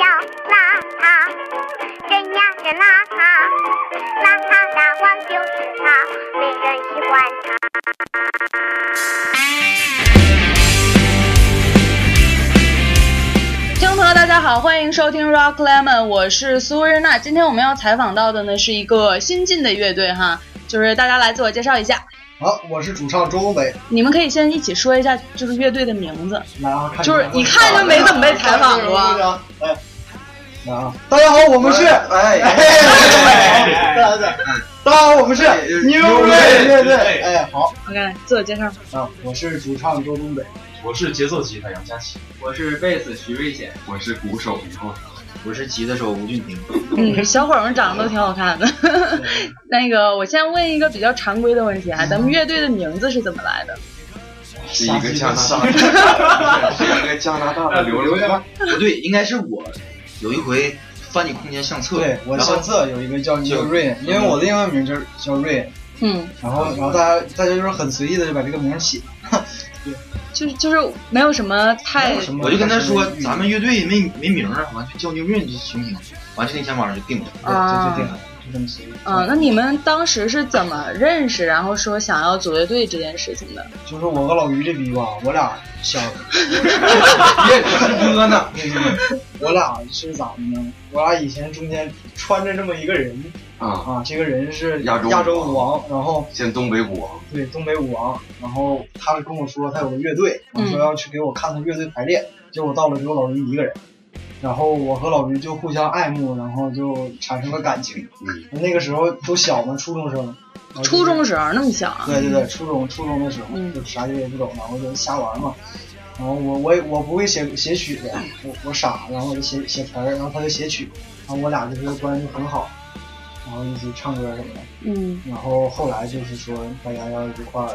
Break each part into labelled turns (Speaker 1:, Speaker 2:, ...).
Speaker 1: 邋遢，人呀人邋遢，邋遢大王就是他，没人喜欢他。
Speaker 2: 听众朋友，大家好，欢迎收听 Rock Lemon，我是苏日娜。今天我们要采访到的呢是一个新进的乐队哈，就是大家来自我介绍一下，
Speaker 3: 好，我是主唱周伟，
Speaker 2: 你们可以先一起说一下就是乐队的名字。
Speaker 3: 来啊，看
Speaker 2: 就是一看就没怎么被采访过
Speaker 3: 哎，来啊，大家好，我们是，哎，
Speaker 4: 哎哎
Speaker 3: 对对对，大家好，我们是
Speaker 4: 哎
Speaker 3: 牛
Speaker 4: 牛
Speaker 3: 瑞乐
Speaker 4: 瑞
Speaker 3: 队，
Speaker 4: 乐队
Speaker 3: 哎，好
Speaker 2: OK，自我介绍。
Speaker 3: 啊，我是主唱周东北，
Speaker 5: 我是节奏吉他杨佳琪，
Speaker 4: 我是贝斯徐瑞显，我是鼓手李浩，我是吉他手吴俊廷。
Speaker 2: 嗯，小伙们长得都挺好 看的。那个，我先问一个比较常规的问题啊，咱们乐队的名字是怎么来的？
Speaker 4: 是一个加拿大，是一个加拿大的流
Speaker 5: 流
Speaker 4: 浪
Speaker 5: 浪
Speaker 4: 汉。不哦对，应该是我有一回翻你空间相册，
Speaker 3: 对我
Speaker 4: 然
Speaker 3: 相
Speaker 4: 后
Speaker 3: 册有一个叫牛瑞，因为我的英文名就是叫瑞，
Speaker 2: 嗯，
Speaker 3: 然后然后大家大家就是很随意的就把这个名儿起，
Speaker 2: 就是就是没有什么
Speaker 3: 没
Speaker 2: 太
Speaker 3: 有什么
Speaker 4: 我就跟他说
Speaker 3: 太深的寓意
Speaker 4: 咱们乐队没没名儿啊，完就叫牛润就行不行？完就那天晚上就定了。
Speaker 3: 对就
Speaker 2: 啊
Speaker 3: 就定了，就这么随意，
Speaker 2: 啊、那你们当时是怎么认识，然后说想要组乐队这件事情的？
Speaker 3: 就是我和老于这逼吧，我俩小，
Speaker 4: 别直播 呢，
Speaker 3: 我俩是咋的呢？我俩以前中间穿着这么一个人。
Speaker 4: 啊，
Speaker 3: 啊，这个人是
Speaker 4: 亚洲
Speaker 3: 亚洲
Speaker 4: 舞
Speaker 3: 舞王，然后
Speaker 4: 现东北舞王，
Speaker 3: 对东北舞王，然后他跟我说他有个乐队，我
Speaker 2: 嗯
Speaker 3: 说要去给我看他乐队排练，结果到了只有老于一个人，然后我和老于就互相爱慕，然后就产生了感情。
Speaker 4: 嗯，
Speaker 3: 那个时候都小嘛，初中生，然后就是
Speaker 2: 初中时候那么小啊？
Speaker 3: 对对对，初中初中的时候
Speaker 2: 嗯
Speaker 3: 就啥乐也不懂，然后就瞎玩嘛。然后我我也我不会写写曲子，我我傻，然后我就写写词儿，然后他就写曲，然后我俩就是关系很好，然后一起唱歌什么的。
Speaker 2: 嗯。
Speaker 3: 然后后来就是说大家要一块儿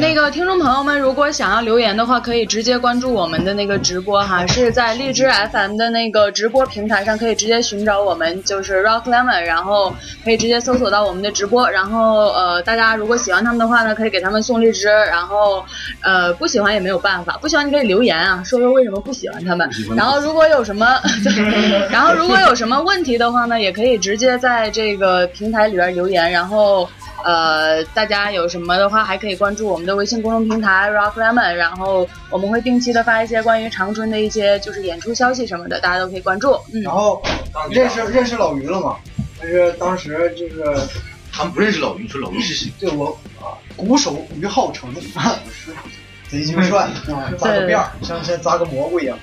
Speaker 2: 那
Speaker 3: 个
Speaker 2: 个听众朋友们，如果想要留言的话，可以直接关注我们的那个直播哈，是在荔枝 FM 的那个直播平台上，可以直接寻找我们，就是 Rock Lemon，然后可以直接搜索到我们的直播。然后呃，大家如果喜欢他们的话呢，可以给他们送荔枝。然后呃，不喜欢也没有办法，不喜欢你可以留言啊，说说为什么不喜欢他们。然后如果有什 么，对然后如果有什么问题的话呢，也可以直接在这个平台里边留言，然后。呃，大家有什么的话，还可以关注我们的微信公众平台 Rock Lemon，然后我们会定期的发一些关于长春的一些就是演出消息什么的，大家都可以关注。嗯
Speaker 3: 然后认识认识老于了嘛，但是当时就是
Speaker 4: 他们不认识老于，说老于是谁？
Speaker 3: 对我啊鼓手于浩成，贼精算啊，扎个辫儿像像扎个蘑菇一样。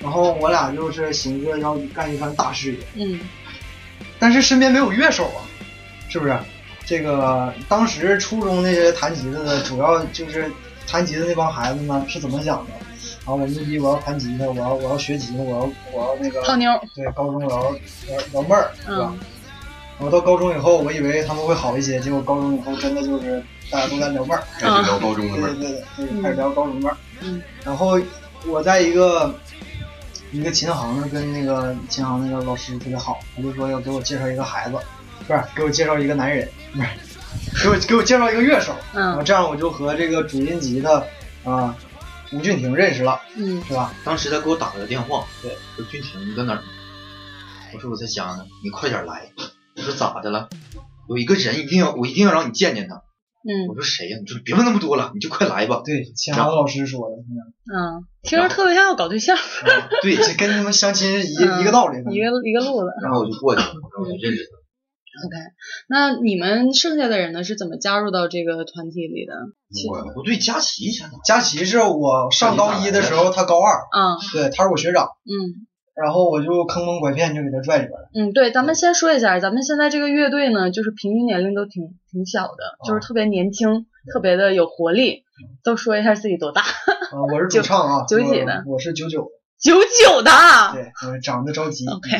Speaker 3: 然后我俩就是寻思要干一番大事业，
Speaker 2: 嗯
Speaker 3: 但是身边没有乐手啊，是不是？这个当时初中那些弹吉他的，主要就是弹吉他那帮孩子们是怎么想的？啊，我牛逼，我要弹吉他，我要我要学吉他，我要我要那个
Speaker 2: 泡妞，
Speaker 3: 对，高中摇摇摇妹儿，是吧
Speaker 2: 嗯？
Speaker 3: 我到高中以后，我以为他们会好一些，结果高中以后真的就是大家都在聊妹儿，
Speaker 4: 开始聊高中的
Speaker 3: 对
Speaker 4: 味
Speaker 3: 对
Speaker 4: 儿，
Speaker 3: 对对，
Speaker 2: 嗯
Speaker 3: 开始聊高中妹儿。
Speaker 2: 嗯。
Speaker 3: 然后我在一个一个琴行那跟那个琴行那个老师特别好，他就说要给我介绍一个孩子，不是给我介绍一个男人，不是给我给我介绍一个乐手，然后
Speaker 2: 嗯
Speaker 3: 这样我就和这个主音吉他啊吴俊廷认识了，
Speaker 2: 嗯，
Speaker 3: 是吧？
Speaker 4: 当时他给我打了个电话，对，说俊婷你在哪儿呢？我说我在家呢，你快点来。我说咋的了？有一个人一定要，我一定要让你见见他。
Speaker 2: 嗯
Speaker 4: 我说谁呀、你说别问那么多了，你就快来吧。
Speaker 3: 对，琴行的老师说的，啊
Speaker 2: 嗯，听着特别像要搞对象，
Speaker 4: 对，
Speaker 3: 这跟他们相亲 一一个道理。
Speaker 2: 嗯一个一个路子。
Speaker 4: 然后我就过去了，然后我就认识
Speaker 2: OK，那你们剩下的人呢是怎么加入到这个团体里的？其
Speaker 4: 他。我不对，佳琪先生，
Speaker 3: 佳琪是我上高一的时候，他高二，
Speaker 2: 嗯
Speaker 3: 对，他是我学长，
Speaker 2: 嗯
Speaker 3: 然后我就坑蒙拐骗就给他拽里边了。
Speaker 2: 嗯，对，咱们先说一下，咱们现在这个乐队呢，就是平均年龄都挺挺小的，
Speaker 3: 啊
Speaker 2: 就是特别年轻，特别的有活力。
Speaker 3: 嗯
Speaker 2: 都说一下自己多大，
Speaker 3: 啊，我是主唱啊，
Speaker 2: 九九几的
Speaker 3: 我，我是九九，
Speaker 2: 九九的。啊
Speaker 3: 对，我长得着急。
Speaker 2: OK，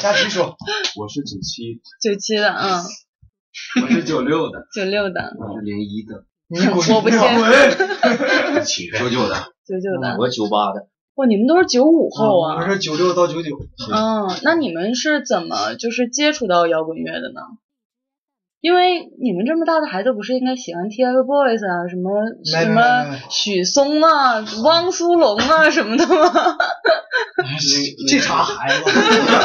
Speaker 3: 佳琪说，
Speaker 5: 我是九七，
Speaker 2: 九七的，嗯，
Speaker 5: 我是九六的，
Speaker 2: 九六的，
Speaker 5: 我是零一的，
Speaker 3: 你滚，
Speaker 2: 我不信
Speaker 3: 你滚。
Speaker 5: 七
Speaker 4: 九九 的，
Speaker 2: 九九的。
Speaker 4: 我九八的，
Speaker 2: 哇，你们都是九五后
Speaker 3: 嗯我
Speaker 2: 啊。
Speaker 3: 是九六到九九，
Speaker 2: 嗯，那你们是怎么就是接触到摇滚乐的呢？因为你们这么大的孩子，不是应该喜欢 TFBOYS 啊，什么
Speaker 3: 没
Speaker 2: 什么
Speaker 3: 没没
Speaker 2: 许嵩啊、汪苏泷啊什么的吗？
Speaker 6: 嗯
Speaker 3: 这茬孩子，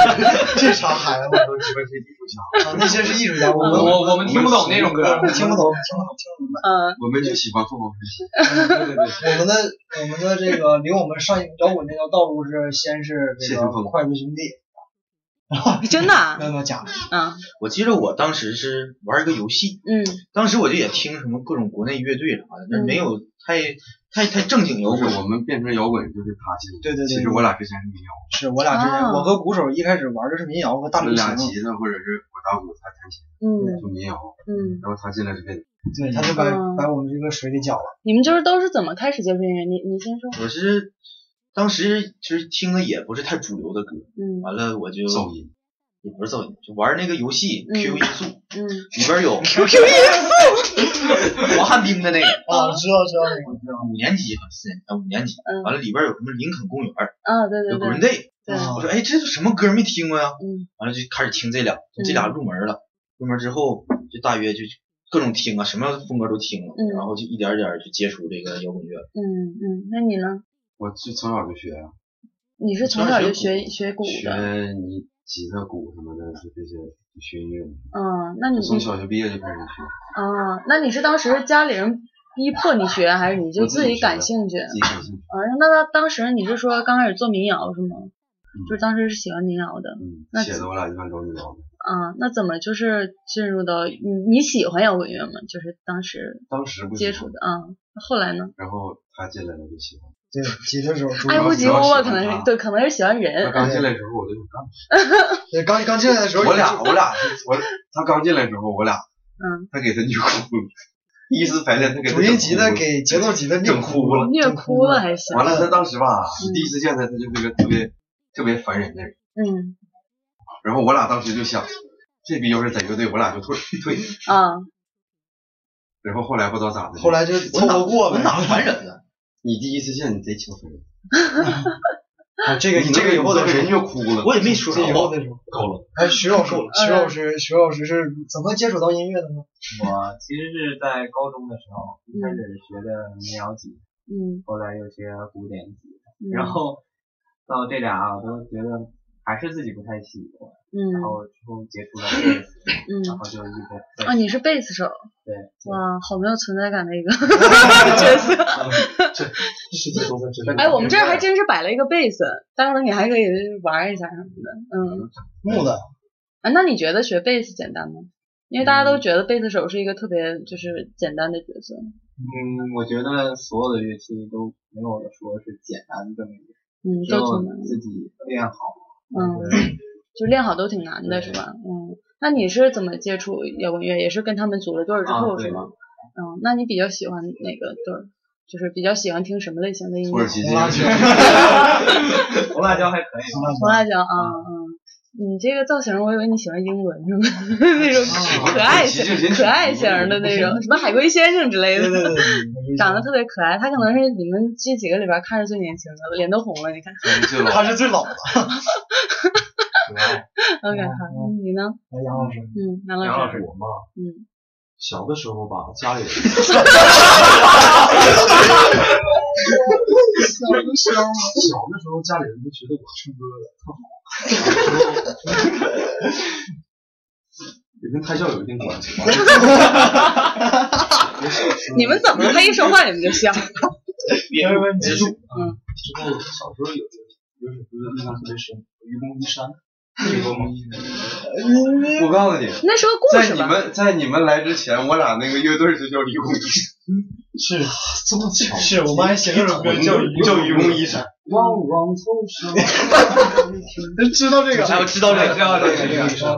Speaker 3: 这茬孩子
Speaker 6: 都直奔这艺术家。
Speaker 3: 啊，那些是艺术家，我
Speaker 6: 我我们听不懂那种歌
Speaker 3: 我们听不懂，听不懂，听不明白。
Speaker 2: 嗯，
Speaker 6: 我们就喜欢凤凰传奇。
Speaker 3: 对对对，我们的我们的这个领我们上摇滚这条道路是先是这个筷子兄弟，
Speaker 2: 真的啊，
Speaker 3: 那么假的，
Speaker 2: 啊
Speaker 4: 我记得我当时是玩一个游戏，
Speaker 2: 嗯
Speaker 4: 当时我就也听什么各种国内乐队啥的，但是没有太太太正经摇
Speaker 6: 不是
Speaker 4: 滚。，
Speaker 6: 我们变成摇滚就是他先。
Speaker 3: 对对对
Speaker 6: 其实我俩之前是民谣，
Speaker 3: 是我俩之间，
Speaker 2: 啊
Speaker 3: 我和鼓手一开始玩的是民谣和大
Speaker 6: 我
Speaker 3: 流
Speaker 6: 俩
Speaker 3: 行，
Speaker 6: 吉他或者是我打鼓，他弹琴，
Speaker 2: 嗯
Speaker 6: 就民谣。
Speaker 2: 嗯，
Speaker 6: 然后他进来是跟
Speaker 3: 对，他就把
Speaker 2: 嗯
Speaker 3: 把我们这个水给搅了。
Speaker 2: 你们就是都是怎么开始接触音乐？你你先说，
Speaker 4: 我是当时其实听的也不是太主流的歌，
Speaker 2: 嗯
Speaker 4: 完了我就
Speaker 6: 噪音，
Speaker 4: 也不是噪音，就玩那个游戏
Speaker 2: 嗯
Speaker 4: Q 音速，
Speaker 2: 嗯
Speaker 4: 里边有 Q 音 速，王汉斌的那个，
Speaker 6: 哦
Speaker 3: 啊，知道知道那个，知道。
Speaker 4: 五年级好像是啊五年级，
Speaker 2: 嗯
Speaker 4: 完了里边有什么林肯公园，
Speaker 2: 啊，对对
Speaker 4: 有 Green
Speaker 2: 对
Speaker 4: Day，
Speaker 2: 对，
Speaker 3: 啊
Speaker 4: 我说哎这都什么歌没听过呀？
Speaker 2: 嗯
Speaker 4: 完了就开始听这俩，这俩入门了，入门之后就大约就各种听啊，什么风格都听了，
Speaker 2: 嗯
Speaker 4: 然后就一点儿点儿就接触这个摇滚乐了。
Speaker 2: 嗯嗯，那你呢？
Speaker 6: 我就从小就学啊，
Speaker 2: 你是从小就学学鼓的，
Speaker 6: 学你吉他、鼓什么的，就这些就学音乐。
Speaker 2: 嗯，那你
Speaker 6: 从小学毕业就开始学，
Speaker 2: 啊，那你是当时家里人逼迫你学，还是你就
Speaker 6: 我自
Speaker 2: 自
Speaker 6: 己
Speaker 2: 己
Speaker 6: 学
Speaker 2: 感
Speaker 6: 的
Speaker 2: 兴趣？
Speaker 6: 自己感兴趣。
Speaker 2: 啊，那那当时你是说刚开始做民谣是吗？就是当时是喜欢民谣的那
Speaker 6: 嗯，写的我俩一般都是聊的。
Speaker 2: 啊，那怎么就是进入到你你喜欢摇滚乐吗？就是当时
Speaker 6: 当时不喜
Speaker 2: 接
Speaker 6: 欢
Speaker 2: 触的啊，那后来呢？
Speaker 6: 然后他进来了就喜欢。
Speaker 3: 对，吉他手，主
Speaker 2: 爱
Speaker 6: 要
Speaker 2: 屋
Speaker 6: 是
Speaker 2: 及
Speaker 6: 主
Speaker 2: 乌
Speaker 6: 要
Speaker 2: 吧，
Speaker 6: 喜
Speaker 2: 可
Speaker 6: 欢
Speaker 2: 能是
Speaker 6: 他
Speaker 2: 对，可能是喜欢
Speaker 6: 他
Speaker 2: 人，
Speaker 6: 刚进来的时候我就想干嘛？
Speaker 3: 对刚刚进来的时候，
Speaker 6: 我俩我俩是我他刚进来的时候我俩，
Speaker 2: 嗯，
Speaker 6: 他给他虐哭 了，一次排练他给他
Speaker 3: 主音
Speaker 6: 整
Speaker 3: 吉
Speaker 6: 哭
Speaker 3: 他
Speaker 6: 了
Speaker 3: 给节奏吉他
Speaker 6: 整哭了
Speaker 2: 虐哭了。还行。
Speaker 6: 完了，他当时吧，第一次见他，他就是个特别特别烦人的人。
Speaker 2: 嗯
Speaker 6: 然后我俩当时就想，这逼要是在乐队，我俩就退退。
Speaker 2: 啊，
Speaker 6: 然后后来不知道咋的，
Speaker 3: 后来就
Speaker 4: 我
Speaker 3: 凑
Speaker 4: 哪
Speaker 3: 合过
Speaker 4: 我
Speaker 3: 呗。
Speaker 4: 哪烦人了？
Speaker 6: 你第一次见你贼挑烦人，
Speaker 3: 啊这个
Speaker 6: 你
Speaker 3: 这个以后再
Speaker 6: 的人
Speaker 3: 说，
Speaker 6: 虐哭了。
Speaker 4: 我也没说
Speaker 3: 这
Speaker 4: 啥
Speaker 3: 以后
Speaker 4: 话。
Speaker 3: 再说。
Speaker 4: 够了，
Speaker 3: 哎，徐老师
Speaker 4: 够了，
Speaker 3: 徐老师，徐老师是怎么接触到音乐的呢？
Speaker 5: 我其实是在高中的时候一开始学的民谣吉，
Speaker 2: 嗯，
Speaker 5: 后来又学古典吉，
Speaker 2: 嗯
Speaker 5: 然后到这俩我都觉得还是自己不太喜欢，
Speaker 2: 嗯
Speaker 5: 然后之后接触了贝斯，
Speaker 2: 嗯
Speaker 5: 然后就一直在
Speaker 2: 啊，你是贝斯手，
Speaker 5: 对
Speaker 2: 哇，好没有存在感的一个角色。哎，我们这儿还真是摆了一个贝斯，待会儿你还可以玩一下什么的。嗯，
Speaker 3: 木的，
Speaker 2: 啊，那你觉得学贝斯简单吗？因为大家都觉得贝斯手是一个特别就是简单的角色。
Speaker 5: 嗯，我觉得所有的乐器都没有说是简单这么一个，
Speaker 2: 嗯，
Speaker 5: 只
Speaker 2: 都
Speaker 5: 有
Speaker 2: 挺难的。
Speaker 5: 自己练好。
Speaker 2: 嗯，就练好都挺难的，是吧？嗯，那你是怎么接触摇滚乐？也是跟他们组了队儿之后、
Speaker 5: 啊对
Speaker 2: 是吗？嗯，那你比较喜欢哪个队儿？就是比较喜欢听什么类型的音
Speaker 6: 土
Speaker 2: 乐
Speaker 6: 耳？其
Speaker 3: 红辣椒
Speaker 6: 这，
Speaker 5: 红辣椒还可以，
Speaker 2: 红辣椒啊，嗯，你这个造型，我以为你喜欢英文是吗？ 那种
Speaker 3: 啊
Speaker 2: 可爱型、可爱型的那种，什么海龟先生之类
Speaker 3: 对
Speaker 2: 的
Speaker 3: 对，对，
Speaker 2: 长得特别可爱。他可能是你们这几个里边看着最年轻的，脸都红了。你看
Speaker 6: 就老
Speaker 3: 他是最老的。
Speaker 2: ，OK，好，你呢？
Speaker 3: 哎杨老师，
Speaker 2: 嗯，南老师，
Speaker 5: 杨老师
Speaker 6: 我嘛，
Speaker 2: 嗯，
Speaker 6: 小的时候吧，家 里人
Speaker 3: 小的时候
Speaker 6: 小的时候家里人都觉得我唱歌特好，也跟胎教有一定关系吧。
Speaker 2: 你们怎么他一说话你们就笑？
Speaker 3: 没问题
Speaker 6: 结束。
Speaker 2: 嗯。
Speaker 6: 之后小时候有有首歌印象特别深，《呃愚公移山》。愚公移山。我告诉你，
Speaker 2: 那说故
Speaker 6: 在
Speaker 2: 事
Speaker 6: 你
Speaker 2: 吧。
Speaker 6: 们在你们来之前，我俩那个乐队就叫愚公移山。
Speaker 3: 是
Speaker 6: 这么巧
Speaker 3: 是我们还写了首歌叫
Speaker 6: 叫愚公移山。
Speaker 5: 旺旺头上。
Speaker 3: 知道这个，
Speaker 4: 我知
Speaker 6: 知道
Speaker 4: 道这个，
Speaker 6: 这个
Speaker 3: 这
Speaker 6: 愚
Speaker 3: 个
Speaker 6: 公移山。完了，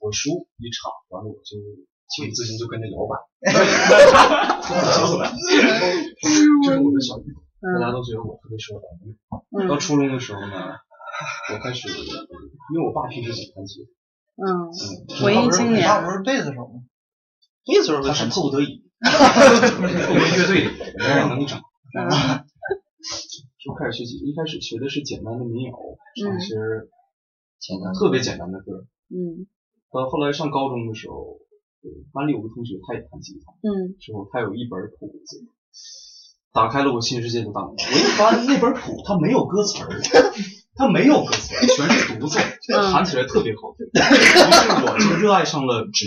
Speaker 6: 我叔一场，完了我就情不自禁就跟着摇摆。这是我的小愚公，大家
Speaker 2: 嗯
Speaker 6: 都觉得我特别受欢迎。到
Speaker 2: 嗯
Speaker 6: 初中的时候呢，我开始，因为我爸平时总弹琴，
Speaker 2: 嗯，
Speaker 6: 嗯
Speaker 2: 文艺青
Speaker 3: 你
Speaker 2: 年
Speaker 3: 爸不是贝斯手吗？
Speaker 4: 那时候
Speaker 6: 他是迫不得已，我们乐队没人能整，
Speaker 2: 嗯
Speaker 6: 就开始学习。一开始学的是简单的民谣，
Speaker 2: 嗯
Speaker 6: 唱一些简单特别简单的歌。
Speaker 2: 嗯
Speaker 6: 到后来上高中的时候，
Speaker 5: 班里有个同学他也弹吉他，
Speaker 2: 嗯，
Speaker 5: 之后他有一本谱子，打开了我新世界的大门。我一翻那本谱，它没有歌词儿，它没有歌词儿，哎全是独奏，弹起来特别 好听。于是我就热爱上了指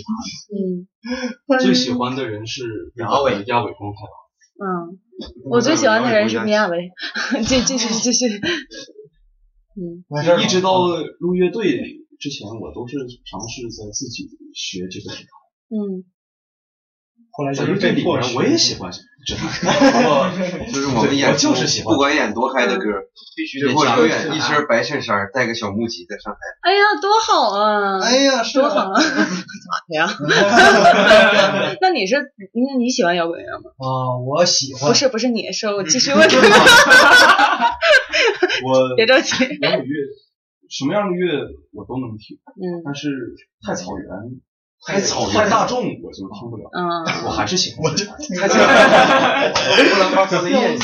Speaker 2: 嗯
Speaker 5: 弹，最喜欢的人 是
Speaker 4: 雅伟
Speaker 5: 亚伟风太郎。
Speaker 2: 嗯，我最喜欢的人是米亚维，继继续继续，嗯
Speaker 3: 完事儿了
Speaker 5: 一直到入乐队之前，我都是尝试在自己学这个指弹。
Speaker 2: 嗯
Speaker 3: 后来就
Speaker 5: 在
Speaker 3: 是
Speaker 5: 乐队
Speaker 3: 被
Speaker 5: 里
Speaker 3: 迫
Speaker 5: 面，我也喜欢 指弹。
Speaker 6: 就是我们
Speaker 5: 对
Speaker 6: 演
Speaker 5: 我
Speaker 6: 出，
Speaker 5: 就是喜欢
Speaker 6: 不管演多嗨的歌，
Speaker 4: 必须
Speaker 6: 最
Speaker 4: 得
Speaker 6: 后
Speaker 4: 加
Speaker 6: 永
Speaker 4: 入
Speaker 6: 远一身白衬衫，带个小木吉在上台。
Speaker 2: 哎呀，多好啊！
Speaker 3: 哎呀，是
Speaker 2: 多好
Speaker 3: 啊，
Speaker 2: 啊！ 哎呀， 那你是那你喜欢摇滚乐吗？
Speaker 3: 啊，我喜欢
Speaker 2: 不，是不是你，是我 继续问，
Speaker 4: 啊
Speaker 5: 我
Speaker 2: 别着急。
Speaker 5: 摇滚乐什么样的乐我都能听，
Speaker 2: 嗯
Speaker 5: 但是太草原、
Speaker 4: 太草原
Speaker 5: 太大众我就听不了。
Speaker 2: 嗯，
Speaker 5: 我还是喜欢指弹。
Speaker 6: 不能发 出的艳语。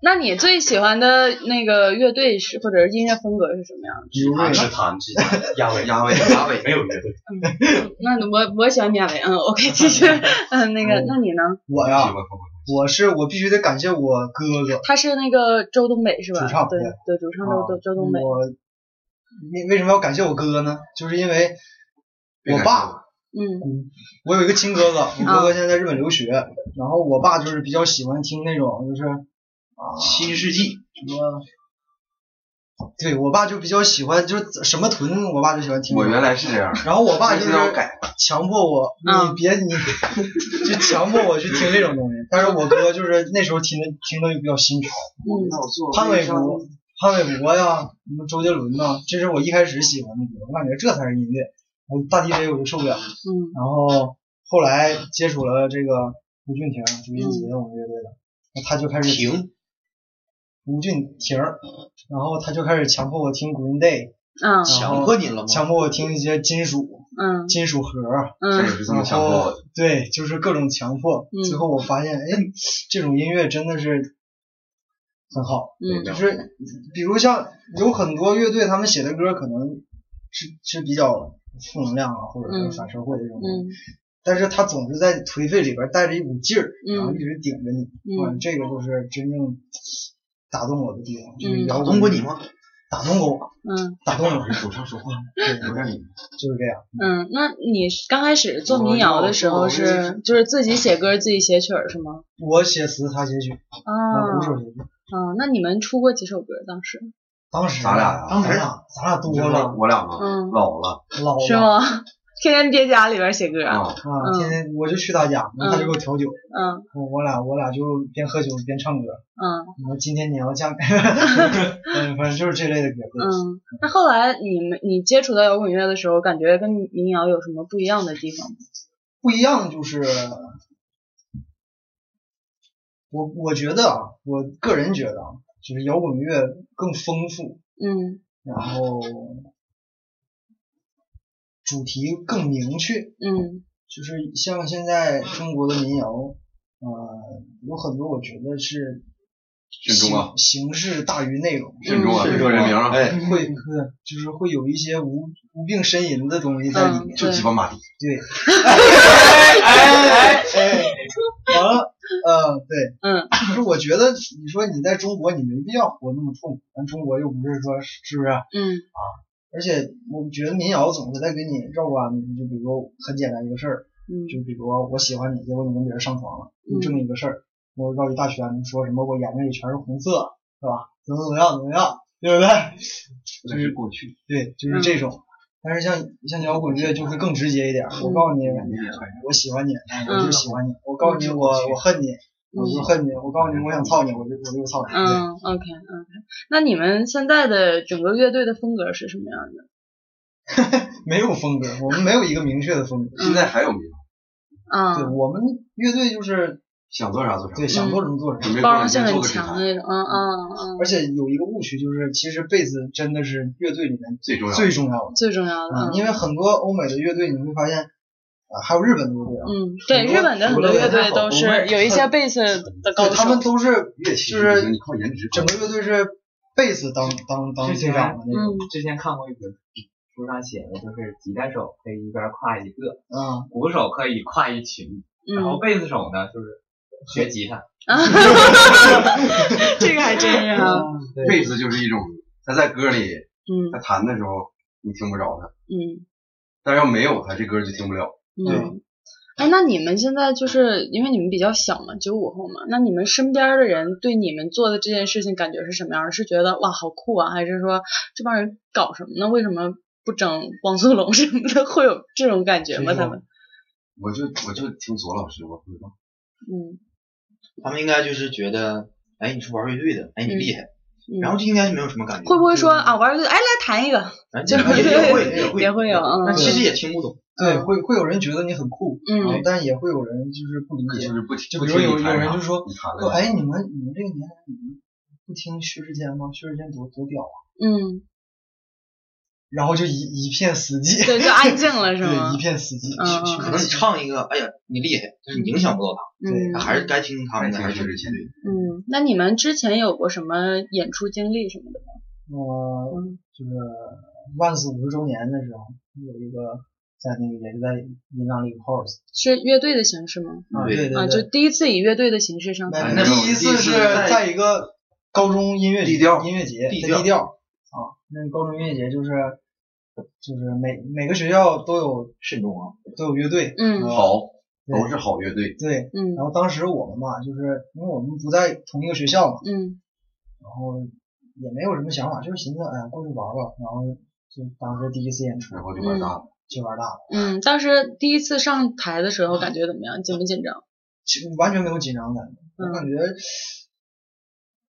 Speaker 2: 那你最喜欢的那个乐队是或者是音乐风格是什么样的？
Speaker 3: 有味
Speaker 5: 指弹，指弹， 压尾，
Speaker 6: 压尾，压尾，
Speaker 5: 没有乐队。
Speaker 2: 那我我喜欢米亚维，嗯，OK，继续，嗯，那个，那你呢？
Speaker 3: 我
Speaker 6: 喜
Speaker 3: 呀
Speaker 6: 欢，
Speaker 3: 我是我必须得感谢我哥哥，
Speaker 2: 他是那个周东北是吧？
Speaker 3: 主唱
Speaker 2: 对
Speaker 3: 对啊
Speaker 2: 对，主唱周周周东北。
Speaker 3: 我为为什么要感谢我哥呢？就是因为我爸，
Speaker 2: 嗯
Speaker 3: 我有一个亲哥哥，我哥哥现在在日本留学，然后我爸就是比较喜欢听那种就是啊
Speaker 4: 新世纪，
Speaker 3: 什么，对我爸就比较喜欢就是什么屯，我爸就喜欢听。
Speaker 6: 我原来是这样，
Speaker 3: 然后我爸就是
Speaker 6: 现在我改
Speaker 3: 强迫我，
Speaker 2: 嗯
Speaker 3: 你别你 就强迫我去听这种东西。但是我哥就是那时候听的听的就比较新潮，
Speaker 2: 嗯
Speaker 6: 我做
Speaker 3: 潘玮柏、潘玮柏呀，什么周杰伦呐，这是我一开始喜欢的歌，我感觉这才是音乐。我大 DJ 我就受不了，
Speaker 2: 嗯
Speaker 3: 然后后来接触了这个吴俊霆、朱茵杰我们乐队的，那他就开始
Speaker 4: 停，
Speaker 3: 吴俊霆儿，然后他就开始强迫我听 Green Day，
Speaker 2: 嗯
Speaker 4: 强迫你了吗？
Speaker 3: 强迫我听一些金属、
Speaker 2: 嗯
Speaker 3: 金属盒，
Speaker 6: 这
Speaker 2: 嗯
Speaker 6: 也是这么
Speaker 3: 然
Speaker 6: 强迫
Speaker 3: 后
Speaker 6: 我。
Speaker 3: 对，就是各种强迫。
Speaker 2: 嗯
Speaker 3: 最后我发现，哎，这种音乐真的是很好，
Speaker 2: 嗯
Speaker 3: 就是比如像有很多乐队，他们写的歌可能是是比较负能量啊，或者
Speaker 2: 嗯
Speaker 3: 是反社会这种东西，
Speaker 2: 嗯
Speaker 3: 但是他总是在颓废里边带着一股劲儿，
Speaker 2: 嗯
Speaker 3: 然后一直顶着你。
Speaker 2: 嗯
Speaker 3: 这个就是真正打动我的地方，就
Speaker 2: 嗯
Speaker 3: 是摇
Speaker 4: 打
Speaker 3: 滚
Speaker 4: 动过你？吗？
Speaker 3: 打动过我，
Speaker 2: 嗯
Speaker 3: 打动我，
Speaker 6: 主唱说话，
Speaker 3: 对，
Speaker 6: 我让你
Speaker 3: 就是这样。
Speaker 2: 嗯，那你刚开始做民谣的时候是就是自己写歌自己写曲儿是吗？
Speaker 3: 我写词，他写曲，
Speaker 2: 啊
Speaker 3: 啊，鼓手写曲。
Speaker 2: 啊，那你们出过几首歌当时？
Speaker 3: 当时
Speaker 6: 咱俩呀
Speaker 3: 当时啊，咱俩多
Speaker 6: 你知道
Speaker 3: 了，
Speaker 6: 我俩吗？
Speaker 2: 嗯
Speaker 6: 老了
Speaker 3: 老了
Speaker 2: 是？吗？嗯天天憋家里边写歌？
Speaker 6: 啊，
Speaker 3: 啊
Speaker 2: 嗯，
Speaker 3: 天天我就去他家，然后他就给我调酒，
Speaker 2: 嗯
Speaker 3: 我我俩我俩就边喝酒边唱歌。
Speaker 2: 嗯
Speaker 3: 我今天你要嫁给， 嗯，反正就是这类的歌。对
Speaker 2: 嗯。那后来你们你接触到摇滚乐的时候，感觉跟民谣有什么不一样的地方吗？
Speaker 3: 不一样就是，我我觉得啊，我个人觉得啊，就是摇滚乐更丰富，
Speaker 2: 嗯
Speaker 3: 然后主题更明确。
Speaker 2: 嗯
Speaker 3: 就是像现在中国的民谣，呃，有很多我觉得是
Speaker 6: 群众啊
Speaker 3: 形形式大于内容，
Speaker 6: 慎重啊，
Speaker 2: 嗯
Speaker 6: 别说人名啊，
Speaker 4: 哎，
Speaker 3: 会呃就是会有一些无无病呻吟的东西在里面。
Speaker 6: 就鸡巴马蹄，
Speaker 3: 对， 哎哎，完了，呃，对，
Speaker 2: 嗯
Speaker 3: 就是我觉得你说你在中国，你没必要活那么痛苦，咱中国又不是说是不是？啊
Speaker 2: 嗯
Speaker 3: 而且我觉得民谣总是在给你绕弯子，就比如很简单一个事儿，就
Speaker 2: 嗯
Speaker 3: 比如我喜欢你，结果你跟别人上床了，就这么一个事儿。我绕一大圈，说什么我眼睛里全是红色，是吧？怎么怎么样怎么样，对不对？
Speaker 6: 那是过去。
Speaker 3: 对，就是这种。但是像像摇滚乐就会更直接一点儿，我告诉你，我喜欢你，哎我就喜欢你；我告诉你，我我恨你，我就恨你；我告诉你，我想操你，我就我就操你。对
Speaker 2: 嗯，OK OK。那你们现在的整个乐队的风格是什么样的？
Speaker 3: 没有风格，我们没有一个明确的风格。
Speaker 6: 现在还有没有？
Speaker 2: 啊，
Speaker 3: 对我们乐队就是
Speaker 6: 想做啥做啥。
Speaker 3: 对想做什么做什么。
Speaker 6: 准备
Speaker 2: 包
Speaker 6: 过两
Speaker 2: 容性
Speaker 6: 天
Speaker 2: 很
Speaker 6: 做个指
Speaker 2: 强的
Speaker 6: 弹，
Speaker 2: 那种，嗯嗯嗯，
Speaker 3: 而且有一个误区就是，其实贝斯真的是乐队里面
Speaker 6: 最重要的。
Speaker 3: 最重要的。
Speaker 2: 最重要的，
Speaker 3: 啊
Speaker 2: 嗯，
Speaker 3: 因为很多欧美的乐队，你会发现，啊，还有日本的乐队啊，
Speaker 2: 嗯，对，
Speaker 3: 很多
Speaker 2: 日本的很多乐队都是有一些贝斯的高手，
Speaker 3: 对，他们都是
Speaker 6: 乐器
Speaker 3: 就是
Speaker 6: 你靠颜值，
Speaker 3: 整个乐队是贝斯当当当队长的那种。
Speaker 2: 嗯
Speaker 7: 之前看过一本书上写的就是吉他手可以一边挎一个，
Speaker 3: 啊，
Speaker 7: 鼓手可以挎一群，然后
Speaker 2: 嗯，
Speaker 7: 贝斯手呢就是学吉他，
Speaker 2: 这个还真是啊哈，
Speaker 3: 嗯
Speaker 6: 贝斯就是一种，他在歌里
Speaker 2: 嗯
Speaker 6: 他弹的时候你听不着他，
Speaker 2: 嗯
Speaker 6: 但要没有他这歌就听不了。
Speaker 2: 嗯。哎，那你们现在就是因为你们比较小嘛，九五后嘛，那你们身边的人对你们做的这件事情感觉是什么样的？是觉得哇好酷啊，还是说这帮人搞什么呢？为什么不整汪苏泷什么的？ 会有这种感觉吗？他们？
Speaker 6: 我就我就听左老师，我不知道。
Speaker 2: 嗯
Speaker 4: 他们应该就是觉得，哎，你是玩乐队的，哎，你厉害，
Speaker 2: 嗯。
Speaker 4: 然后这应该是没有什么感觉，
Speaker 2: 会不会说啊玩乐队？哎，来弹一个，
Speaker 4: 哎
Speaker 2: 就
Speaker 4: 也也会也会
Speaker 2: 也会有嗯
Speaker 4: 但其实也听不懂，
Speaker 3: 对，
Speaker 2: 嗯
Speaker 3: 会会有人觉得你很酷，
Speaker 2: 嗯
Speaker 3: 然后但也会有人就是不理解
Speaker 6: 就，是不
Speaker 3: 就
Speaker 6: 不
Speaker 3: 比如
Speaker 6: 听
Speaker 3: 有有
Speaker 6: 你弹
Speaker 3: 人
Speaker 6: 啥
Speaker 3: 就说
Speaker 6: 你弹
Speaker 3: 说
Speaker 6: 了啥，
Speaker 3: 哎，你们你们这个年龄你们不听薛之谦吗？薛之谦多多屌啊！
Speaker 2: 嗯，
Speaker 3: 然后就一一片死寂，
Speaker 2: 对，就安静 了是
Speaker 3: 对，
Speaker 2: 吗
Speaker 3: 一？片死寂。
Speaker 2: 嗯嗯
Speaker 4: 可能你唱一个，哎呀，你厉害，但是你影响不到
Speaker 2: 嗯
Speaker 4: 他，还是该听他
Speaker 6: 还
Speaker 4: 们的，
Speaker 6: 听
Speaker 4: 还
Speaker 6: 薛
Speaker 4: 是
Speaker 6: 之谦。
Speaker 2: 嗯，那你们之前有过什么演出经历什么的吗？
Speaker 3: 我
Speaker 2: 嗯
Speaker 3: 就是万斯五十周年的时候，有一个在那个也是在音浪里 house
Speaker 2: 是乐队的形式吗？
Speaker 3: 啊，
Speaker 4: 对
Speaker 3: 对对
Speaker 2: 啊，就
Speaker 3: 对，
Speaker 2: 第一次以乐队的形式上台
Speaker 3: 那
Speaker 6: 那是我
Speaker 3: 第一
Speaker 6: 们第
Speaker 3: 次
Speaker 6: 一
Speaker 3: 是
Speaker 6: 次在
Speaker 3: 在一个高中音乐
Speaker 6: 低
Speaker 3: 节
Speaker 6: 调
Speaker 3: 音乐节，
Speaker 4: 低
Speaker 3: 在
Speaker 4: 调
Speaker 3: 低调啊，那高中音乐节就是就是每每个学校都有
Speaker 4: 慎重啊，
Speaker 3: 都有乐队，
Speaker 2: 嗯
Speaker 6: 好，
Speaker 3: 对
Speaker 6: 都是好乐队。
Speaker 3: 对，
Speaker 2: 嗯
Speaker 3: 然后当时我们嘛，就是因为我们不在同一个学校嘛，
Speaker 2: 嗯
Speaker 3: 然后也没有什么想法，就是寻思哎呀过去玩玩，然后就当时第一次演出
Speaker 6: 然后就玩大了，
Speaker 3: 就玩大了，
Speaker 2: 嗯，当时第一次上台的时候感觉怎么样？紧不紧张？
Speaker 3: 其实完全没有紧张感，我
Speaker 2: 嗯
Speaker 3: 感觉，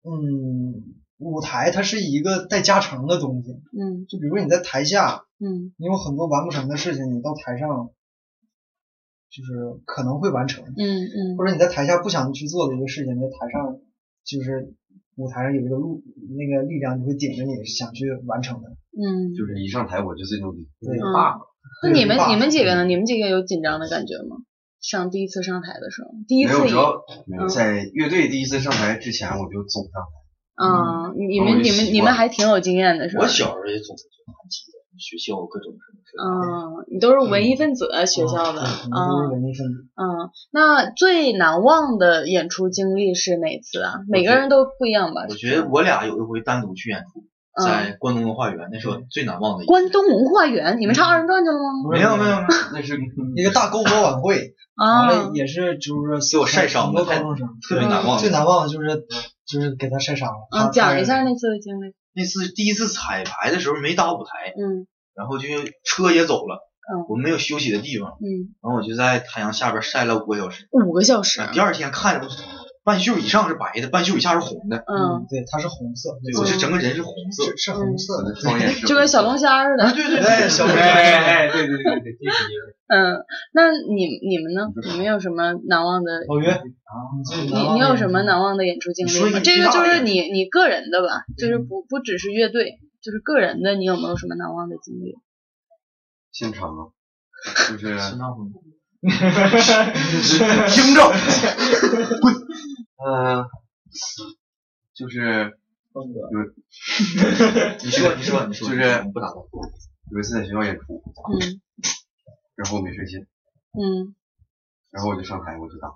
Speaker 3: 嗯，舞台它是一个带加成的东西，
Speaker 2: 嗯
Speaker 3: 就比如你在台下，
Speaker 2: 嗯
Speaker 3: 你有很多完不成的事情，你到台上就是可能会完成，
Speaker 2: 嗯嗯
Speaker 3: 或者你在台下不想去做的一个事情，在台上就是舞台上有一个路那个力量，就会顶着你想去完成的。
Speaker 2: 嗯。
Speaker 6: 就是一上台我就最牛逼。
Speaker 3: 对，
Speaker 2: 嗯
Speaker 7: 爸爸
Speaker 2: 那你们
Speaker 3: 对
Speaker 2: 你们几个呢？你们几个有紧张的感觉吗？上第一次上台的时候，第一
Speaker 6: 没
Speaker 2: 次
Speaker 6: 有，
Speaker 2: 以
Speaker 6: 主要
Speaker 2: 嗯
Speaker 6: 在乐队第一次上台之前我就总上台，
Speaker 2: 嗯，你
Speaker 6: 我
Speaker 2: 们
Speaker 6: 也
Speaker 2: 你们
Speaker 6: 习
Speaker 2: 你们
Speaker 6: 惯
Speaker 2: 还挺有经验的是吧？
Speaker 4: 我小时候也总是弹吉他，学校各种什么事儿，
Speaker 2: 嗯，你都是文艺分子啊学校的，
Speaker 3: 哦对
Speaker 2: 嗯
Speaker 3: 我们都是文艺分子。
Speaker 2: 嗯，那最难忘的演出经历是哪次啊？每个人都不一样吧？
Speaker 4: 我觉得我俩有一回单独去演出，在
Speaker 2: 嗯，
Speaker 4: 关东文化园，那是我最难忘的一次。
Speaker 2: 关东文化园，你们唱二人转去了吗？
Speaker 4: 没有没有没有，
Speaker 6: 那是
Speaker 3: 一个大篝火晚会，完
Speaker 2: 啊
Speaker 3: 了，也是就是
Speaker 4: 给我晒伤
Speaker 3: 很多
Speaker 4: 了
Speaker 3: 高中生，
Speaker 4: 特别难忘。
Speaker 3: 最难忘的就是就是给他晒伤了。他
Speaker 2: 嗯，讲一
Speaker 3: 他
Speaker 2: 下那次的经历。
Speaker 4: 那次第一次彩排的时候没搭舞台，
Speaker 2: 嗯
Speaker 4: 然后就车也走了，
Speaker 2: 嗯
Speaker 4: 我们没有休息的地方，
Speaker 2: 嗯，
Speaker 4: 然后我就在太阳下边晒了五个小时。
Speaker 2: 五个小时
Speaker 4: 啊。第二天看着半袖以上是白的，半袖以下是红的，
Speaker 2: 嗯，
Speaker 3: 嗯，对，嗯它是红色，
Speaker 4: 对，我
Speaker 2: 嗯
Speaker 4: 这整个人是红色。
Speaker 3: 是是红色的。
Speaker 6: 双眼 是
Speaker 2: 就跟小龙虾似
Speaker 4: 啊
Speaker 2: 的。
Speaker 4: 对对
Speaker 3: 哎
Speaker 4: 对，
Speaker 3: 小
Speaker 7: 哎哎哎，对对对对，这是一个
Speaker 2: 嗯，那你你们呢？你们有什么难忘的？
Speaker 3: 老岳，啊
Speaker 2: 你
Speaker 3: 你
Speaker 2: 你有什么？难忘的演出经
Speaker 4: 你说
Speaker 2: 历
Speaker 4: 一嗯
Speaker 2: 吗？
Speaker 4: 个
Speaker 2: 这
Speaker 4: 最
Speaker 2: 个
Speaker 4: 大
Speaker 2: 就
Speaker 4: 的
Speaker 2: 是
Speaker 4: 呀
Speaker 2: 你你个人的吧，就是不不只是乐队，就是个人的，你有没有什么难忘的经历？
Speaker 6: 现场啊，就是
Speaker 7: 啊
Speaker 4: 孙大红
Speaker 6: 听着，嗯、就是
Speaker 3: 风格
Speaker 4: 你说你说你说，
Speaker 6: 就是
Speaker 4: 我们不打断。
Speaker 6: 有一次在学校演出，
Speaker 2: 嗯
Speaker 6: 然后我没睡醒，
Speaker 2: 嗯
Speaker 6: 然后我就上台我就打，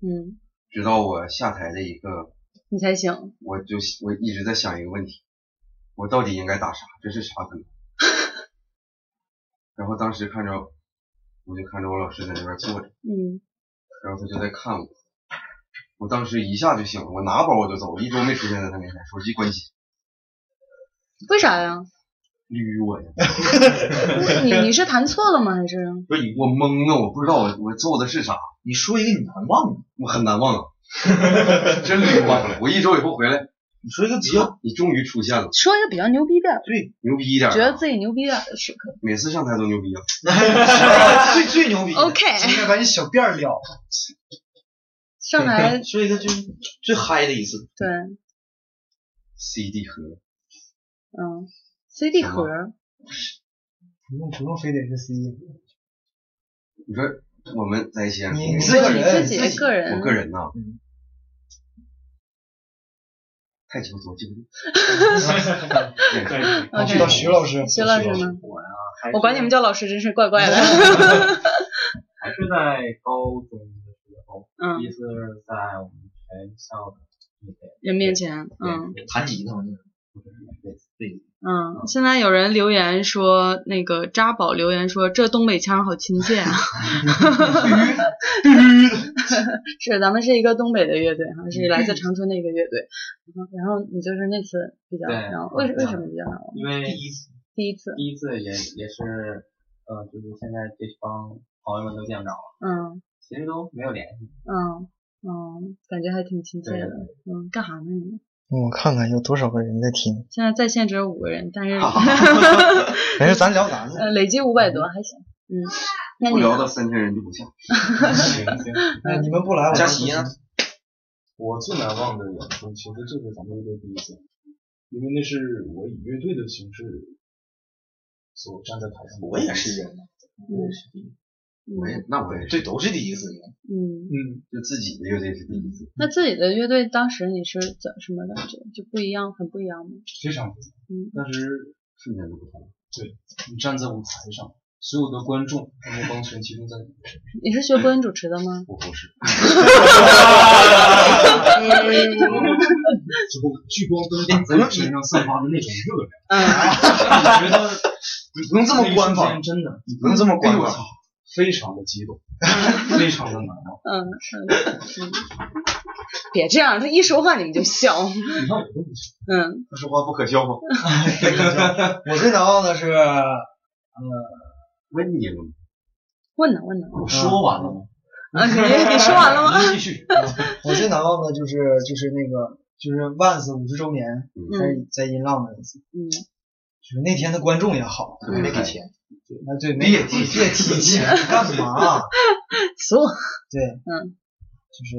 Speaker 2: 嗯，
Speaker 6: 直到我下台的一个，
Speaker 2: 你才行。
Speaker 6: 我就我一直在想一个问题，我到底应该打啥？这是啥歌？然后当时看着，我就看着我老师在那边坐着，
Speaker 2: 嗯
Speaker 6: 然后他就在看我，我当时一下就醒了，我拿包我就走，我一周没出现在他面前，手机关机，
Speaker 2: 为啥呀？
Speaker 6: 捋我呀。
Speaker 2: 你你是弹错了吗？还是
Speaker 6: 不是你，我懵了，我不知道我我做的是啥，
Speaker 4: 你说一个你难忘的，
Speaker 6: 我很难忘啊， 真的忘了。我一周以后回来，
Speaker 4: 你说一个比较
Speaker 6: 你终于出现了，
Speaker 2: 说一个比较牛逼点儿，
Speaker 6: 牛逼一点啊。
Speaker 2: 觉得自己牛逼点儿的时刻
Speaker 6: 每次上台都牛逼啊！
Speaker 4: 最最牛逼的。
Speaker 2: ？OK，
Speaker 3: 应该把你小辫儿撩。
Speaker 2: 上来
Speaker 4: 说一个最最嗨的一次，
Speaker 2: 对，
Speaker 6: CD 盒，
Speaker 2: 嗯，CD
Speaker 6: 什么
Speaker 2: 盒儿，
Speaker 3: 不用不用非得是 C，E
Speaker 6: 你说我们在一起演出，
Speaker 3: 你
Speaker 2: 自
Speaker 3: 个
Speaker 2: 己
Speaker 3: 人
Speaker 2: 己
Speaker 3: 自己
Speaker 2: 个人，
Speaker 6: 我个人呐
Speaker 4: 嗯，
Speaker 6: 太求左记不住。
Speaker 5: 对，
Speaker 2: OK
Speaker 3: 到徐老师，
Speaker 2: 徐老师呢？
Speaker 6: 我呀，
Speaker 7: 还是
Speaker 2: 我管你们叫老师真是怪怪的。
Speaker 7: 还是在高中的时候，
Speaker 2: 嗯
Speaker 7: 第一次是在我们全校的一个
Speaker 2: 人面前，嗯
Speaker 7: 对
Speaker 4: 弹吉他嘛，
Speaker 2: 嗯，现在有人留言说，那个扎宝留言说，这东北腔好亲切啊。 是，咱们是一个东北的乐队哈，是来自长春的一个乐队。然后你就是那次比较
Speaker 7: 对
Speaker 2: 难忘，为
Speaker 7: 我知
Speaker 2: 为
Speaker 7: 道
Speaker 2: 什么比较难忘？
Speaker 7: 因为
Speaker 2: 第一次，
Speaker 7: 第一次也也是，呃，就是现在这帮朋友们都见不着了，
Speaker 2: 嗯
Speaker 7: 其实都没有联系。
Speaker 2: 嗯嗯，感觉还挺亲切
Speaker 7: 对
Speaker 2: 的。嗯，干啥呢你？
Speaker 3: 嗯我看看有多少个人在听，
Speaker 2: 现在在线只有五个人，但是
Speaker 3: 没事，咱聊咱的。
Speaker 2: 呃累计五百多还行。嗯，那
Speaker 6: 不
Speaker 2: 你
Speaker 6: 聊
Speaker 2: 呢
Speaker 6: 到三千人就不像。
Speaker 5: 行行，
Speaker 3: 那你们不来，我
Speaker 4: 佳琪呢？
Speaker 5: 我最难忘的演出其实就是咱们乐队第一次演出，因为那是我以乐队的形式所站在台上。
Speaker 4: 我也是人，
Speaker 2: 嗯
Speaker 6: 我也，那我也是，
Speaker 4: 这都是第 一次。
Speaker 2: 嗯，
Speaker 5: 嗯，
Speaker 6: 就自己的乐队是第一次。
Speaker 2: 那自己的乐队当时你是怎什么感觉？就不一样，很不一样吗？
Speaker 5: 非常不错。
Speaker 2: 嗯
Speaker 5: 当时
Speaker 6: 瞬间就不同了。
Speaker 5: 你站在舞台上，所有的观众那帮全集中在你身上。
Speaker 2: 你是学播音主持的吗？
Speaker 5: 我不是。
Speaker 4: 嗯
Speaker 5: 就聚光灯打在你身上散发的那种热量，
Speaker 2: 嗯，
Speaker 5: 你 觉得
Speaker 4: 你不用这么官方，，
Speaker 5: 真的，
Speaker 4: 你不用这么
Speaker 5: 哎
Speaker 4: 官
Speaker 5: 呦我操
Speaker 4: 方。，
Speaker 5: 非常的激动， 非常的难忘。
Speaker 2: 嗯嗯嗯，别这样，他一说话你们就笑。
Speaker 5: 你看我都不行，
Speaker 2: 嗯
Speaker 6: 他说话不可笑吗？
Speaker 3: 我最难忘的是，
Speaker 6: 问你了吗？，
Speaker 2: 问呢问呢
Speaker 5: 我说完了吗？
Speaker 2: 啊，你你说完了吗？
Speaker 5: 您继续。
Speaker 3: 我最难忘的就是就是那个就是 Vans 五十周年
Speaker 2: 嗯
Speaker 3: 在在音浪那次，
Speaker 2: 嗯
Speaker 3: 就是那天的观众也好，
Speaker 2: 嗯
Speaker 4: 没给钱，
Speaker 3: 那对没别提别提钱干嘛？啊
Speaker 2: 所有
Speaker 3: 对，
Speaker 2: 嗯，
Speaker 3: 就是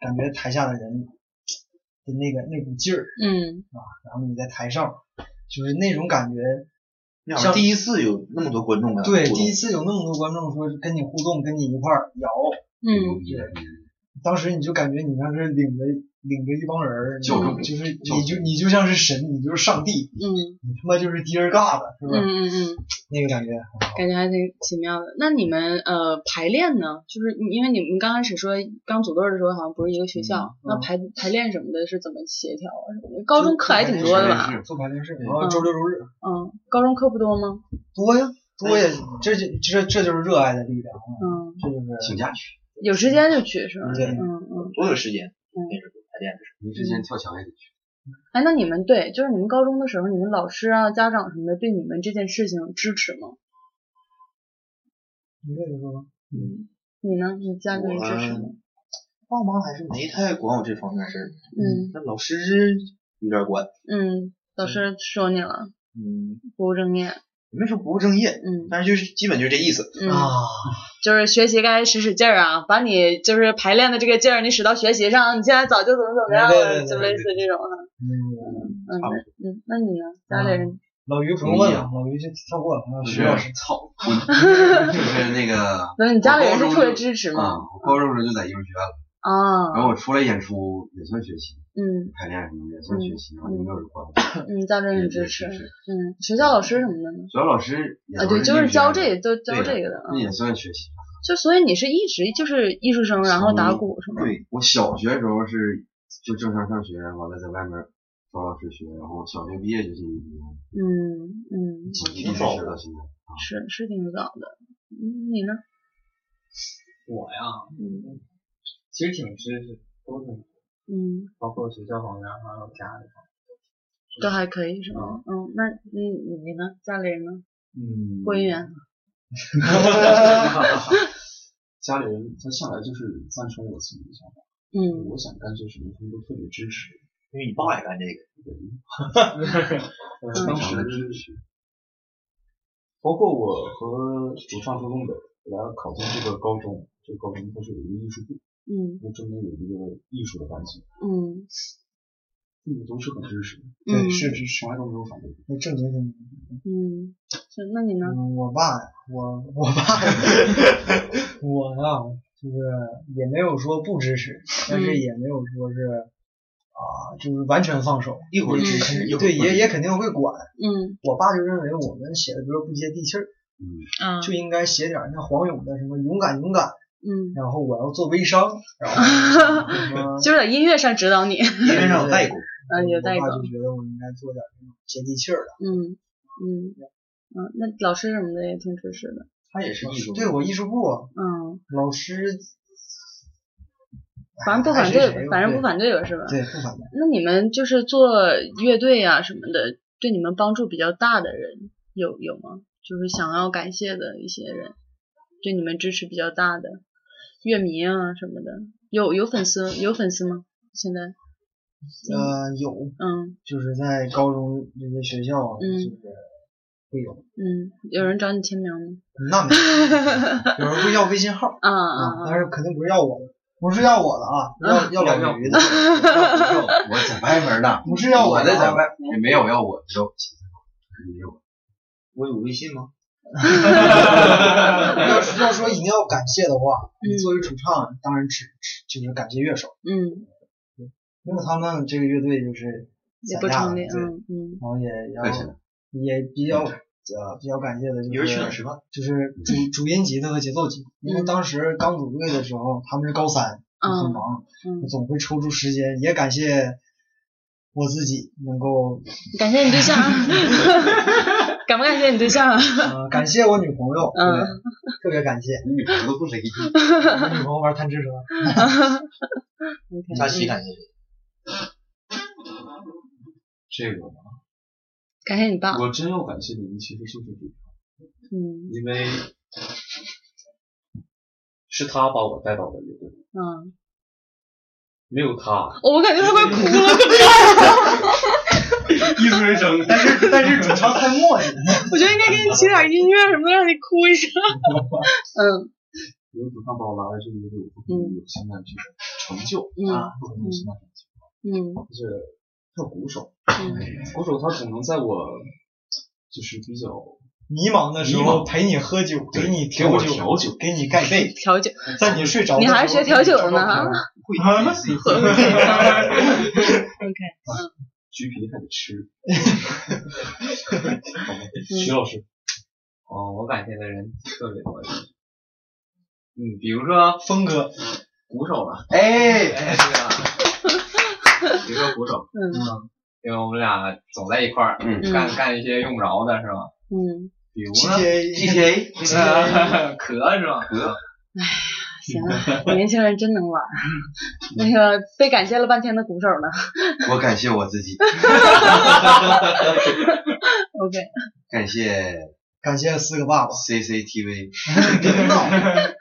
Speaker 3: 感觉台下的人的那个那股劲儿，
Speaker 2: 嗯
Speaker 3: 然后你在台上就是那种感觉，
Speaker 4: 那
Speaker 3: 像
Speaker 4: 像第一次有那么多观众啊，
Speaker 3: 对，
Speaker 4: 互动
Speaker 3: 第一次有那么多观众说跟你互动，跟你一块儿摇，
Speaker 2: 嗯
Speaker 3: 当时你就感觉你像是领着领着一帮人儿，
Speaker 6: 教主
Speaker 3: 就是
Speaker 6: 教主
Speaker 3: 你就你就像是神，你就是上帝，
Speaker 2: 嗯
Speaker 3: 你他妈就是 Dear God，是
Speaker 2: 嗯
Speaker 3: 吧？
Speaker 2: 嗯嗯，
Speaker 3: 那个感觉，
Speaker 2: 感觉还挺奇妙的。那你们呃排练呢？就是你因为你们刚开始说刚组队的时候好像不是一个学校，那排排练什么的是怎么协调啊什么的？高中课还挺多的吧？
Speaker 6: 是
Speaker 3: 做排练室，然后周六周日
Speaker 2: 嗯，高中课不多吗？
Speaker 3: 多呀多呀，这就这这就是热爱的力量，
Speaker 2: 嗯，
Speaker 3: 这就是
Speaker 6: 请假去，
Speaker 2: 有时间就去是吧？
Speaker 3: 对
Speaker 2: 嗯嗯。
Speaker 4: 多有时间，
Speaker 2: 嗯
Speaker 4: 那时候排练的时
Speaker 6: 没时间跳墙也得 去。
Speaker 2: 哎，那你们对，就是你们高中的时候，你们老师啊、家长什么的，对你们这件事情支持吗？
Speaker 3: 一个一个吧。
Speaker 2: 你呢？你家里人支持吗？
Speaker 4: 候，爸妈还是没太管我这方面事儿，
Speaker 2: 嗯
Speaker 4: 那老师有点管，
Speaker 2: 嗯，老师说你了，
Speaker 4: 嗯，
Speaker 2: 不务正业。
Speaker 4: 也没说不务正业，
Speaker 2: 嗯
Speaker 4: 但是就是基本就这意思。
Speaker 2: 嗯，
Speaker 3: 啊，
Speaker 2: 就是学习该使使劲儿啊，把你就是排练的这个劲儿，你使到学习上，你现在早就怎么怎么样
Speaker 3: 对对
Speaker 2: 了，
Speaker 3: 对
Speaker 2: 就类似这种哈。
Speaker 3: 嗯，
Speaker 2: 嗯
Speaker 4: 差不
Speaker 2: 嗯，那你呢？家里人？
Speaker 3: 老于不用问了，老于就跳过了，徐老师，
Speaker 6: 操，就是那个
Speaker 2: 那你家里人
Speaker 6: 我高中
Speaker 2: 是
Speaker 6: 就
Speaker 2: 特别支持
Speaker 6: 啊，
Speaker 2: 吗？
Speaker 6: 我高中时候就在艺术学院了，
Speaker 2: 啊，
Speaker 6: 然后我出来演出也算学习，
Speaker 2: 嗯
Speaker 6: 排练什么的也算学习，然后就没有人管我。
Speaker 2: 嗯，家里人
Speaker 6: 也
Speaker 2: 很支
Speaker 6: 也
Speaker 2: 持
Speaker 6: 是。是
Speaker 2: 嗯，学校老师什么的呢？
Speaker 6: 学校老师也
Speaker 2: 啊，对，
Speaker 6: 是
Speaker 2: 就是教
Speaker 6: 艺术学
Speaker 2: 这个，
Speaker 6: 院
Speaker 2: 都教
Speaker 6: 对
Speaker 2: 这个的啊
Speaker 6: 的，那。也算学习。
Speaker 2: 就所以你是一直就是艺术生，然后打
Speaker 6: 从
Speaker 2: 鼓是吗？
Speaker 6: 对，我小学时候是就正常上学，完了在外面找老师学，然后小学毕业就进艺术学院，
Speaker 2: 嗯嗯，
Speaker 6: 一直学到现在。
Speaker 2: 是是挺早的。嗯，你呢？
Speaker 7: 我呀，嗯，其实挺支持，都挺，
Speaker 2: 嗯，
Speaker 7: 包括学校方面，还有家里方面。
Speaker 2: 都还可以是吗？嗯，那你你呢？家里人呢？
Speaker 5: 嗯，
Speaker 2: 播音员。
Speaker 5: 家里人他向来就是赞成我自己的想法，
Speaker 2: 嗯
Speaker 5: 我想干些什么，他们都特别支持。
Speaker 4: 因为你爸也干这个，
Speaker 2: 嗯
Speaker 5: 当时包括我和主唱周东北来考进这个高中，这个高中它是有一个艺术部，
Speaker 2: 嗯
Speaker 5: 就专门有一个艺术的班级，
Speaker 2: 嗯
Speaker 5: 父母都是很支持，
Speaker 2: 嗯
Speaker 3: 对，是是是，
Speaker 5: 从来都没有反对过。
Speaker 3: 那正经正经。
Speaker 2: 嗯，是那你呢？
Speaker 3: 嗯，我爸呀，我我爸，
Speaker 4: 嗯
Speaker 3: 我呀，就是也没有说不支持，但是也没有说是啊，就是完全放手。
Speaker 4: 一会儿
Speaker 7: 嗯
Speaker 4: 支持，嗯一会儿
Speaker 3: 对
Speaker 4: 不支
Speaker 3: 爷
Speaker 4: 持
Speaker 3: 爷肯定会管。
Speaker 2: 嗯
Speaker 3: 我爸就认为我们写的歌不接地气儿，
Speaker 2: 啊
Speaker 3: 就应该写点儿像黄勇的什么勇敢勇敢，
Speaker 2: 嗯，
Speaker 3: 然后我要做微商，然 后什么
Speaker 2: 就是在音乐上指导你，
Speaker 4: 因为让我带过，
Speaker 2: 嗯，有代
Speaker 3: 我
Speaker 2: 沟
Speaker 3: 爸，就觉得我应该做点那种接地气儿的。
Speaker 2: 嗯嗯嗯，那老师什么的也挺支持的，
Speaker 4: 他也是艺术。
Speaker 3: 对我艺术部
Speaker 2: 嗯，
Speaker 3: 老师，
Speaker 7: 哎
Speaker 2: 反正不反
Speaker 3: 还是谁
Speaker 2: 对，
Speaker 3: 吧
Speaker 2: 反正不反对吧，是吧？
Speaker 3: 对不反对。
Speaker 2: 那你们就是做乐队啊什么的，对你们帮助比较大的人有有吗？就是想要感谢的一些人，对你们支持比较大的乐迷啊什么的，有有粉丝有粉丝吗？现在，
Speaker 3: 呃，有
Speaker 2: 嗯
Speaker 3: 就是在高中这些学校啊，
Speaker 2: 嗯
Speaker 3: 就是会有，
Speaker 2: 嗯，有人找你签名吗？
Speaker 3: 那没 有，有人会要微信号
Speaker 2: 啊
Speaker 3: 啊，
Speaker 2: 啊啊！
Speaker 3: 但是肯定不是要我的，不是要我的啊，要要老于的，
Speaker 6: 我在外面呢，
Speaker 3: 不是要
Speaker 6: 我嗯
Speaker 3: 的
Speaker 6: 在在
Speaker 3: 啊，
Speaker 6: 外也没有要我的，没有。
Speaker 4: 我有微信吗？
Speaker 7: 嗯
Speaker 3: 要是要说一定要感谢的话，
Speaker 2: 嗯
Speaker 3: 作为主唱，当然只只就是感谢乐手，
Speaker 2: 嗯，
Speaker 3: 因为他们这个乐队就是
Speaker 2: 也
Speaker 3: 散
Speaker 2: 不
Speaker 3: 架了
Speaker 2: 成立，
Speaker 3: 对然
Speaker 2: 嗯嗯
Speaker 3: 后也
Speaker 6: 客气
Speaker 3: 要也比较呃比较感谢的就是
Speaker 4: 有人去哪儿吃饭？
Speaker 3: 就是主主音吉他和节奏吉，因为
Speaker 2: 嗯
Speaker 3: 当时刚组队的时候，他们是高三，很
Speaker 2: 嗯
Speaker 3: 忙，
Speaker 2: 嗯，
Speaker 3: 总会抽出时间。也感谢我自己能够，
Speaker 2: 感谢你对 象 啊，感不感谢你对象啊？
Speaker 3: 呃，感谢我女朋友，
Speaker 2: 嗯
Speaker 3: 对，特 别感谢。
Speaker 6: 你女朋友都不雷
Speaker 3: 我女朋友玩贪吃蛇，
Speaker 4: 佳琪感谢谁？
Speaker 5: 这个吧
Speaker 2: 感谢你爸，
Speaker 5: 我真要感谢你们，其实就是主唱，
Speaker 2: 嗯
Speaker 5: 因为是他把我带到的乐队，
Speaker 2: 嗯，
Speaker 5: 没有他，
Speaker 2: 我感觉他快哭 了。
Speaker 5: 艺术人生。
Speaker 3: 但是但是主唱太磨叽了，
Speaker 2: 我觉得应该给你起点音乐什么的，让你哭 一下。嗯
Speaker 5: 因为主唱把我拉来这个乐队，我不可能有现在这个成就
Speaker 2: 嗯
Speaker 5: 啊，不可能有现在成就。
Speaker 2: 嗯
Speaker 5: 就是他有鼓手，
Speaker 2: 嗯
Speaker 5: 鼓手他总能在我就是比较
Speaker 3: 迷茫的时
Speaker 5: 迷
Speaker 3: 候
Speaker 5: 茫
Speaker 3: 陪你喝酒，给你
Speaker 5: 给我
Speaker 3: 酒，
Speaker 5: 调酒，
Speaker 3: 给你盖被，
Speaker 2: 调酒，
Speaker 3: 在你睡着的
Speaker 2: 你
Speaker 3: 时候。
Speaker 2: 还是学调酒呢
Speaker 3: 啊？
Speaker 4: 会 啊
Speaker 2: 会会 OK，
Speaker 5: 橘皮还 得吃。好吧徐老师，
Speaker 7: 嗯哦，我感谢的人特别多。嗯，比如说
Speaker 3: 峰哥，
Speaker 7: 鼓手了，
Speaker 6: 哎，
Speaker 7: 哎，这个，比如说鼓手，
Speaker 2: 嗯
Speaker 7: 嗯，因为我们俩总在一块儿，
Speaker 6: 嗯
Speaker 7: 干干一些用不着的是吧？
Speaker 2: 嗯，
Speaker 7: 比如呢，
Speaker 3: GTA
Speaker 6: GTA
Speaker 7: 咳是吧？咳，
Speaker 2: 行 了，年轻人真能玩儿。那个被感谢了半天的鼓手呢
Speaker 6: 我感谢我自己，
Speaker 2: ？OK，
Speaker 6: 感谢
Speaker 3: 感谢四个爸爸，
Speaker 6: CCTV，
Speaker 3: 领导，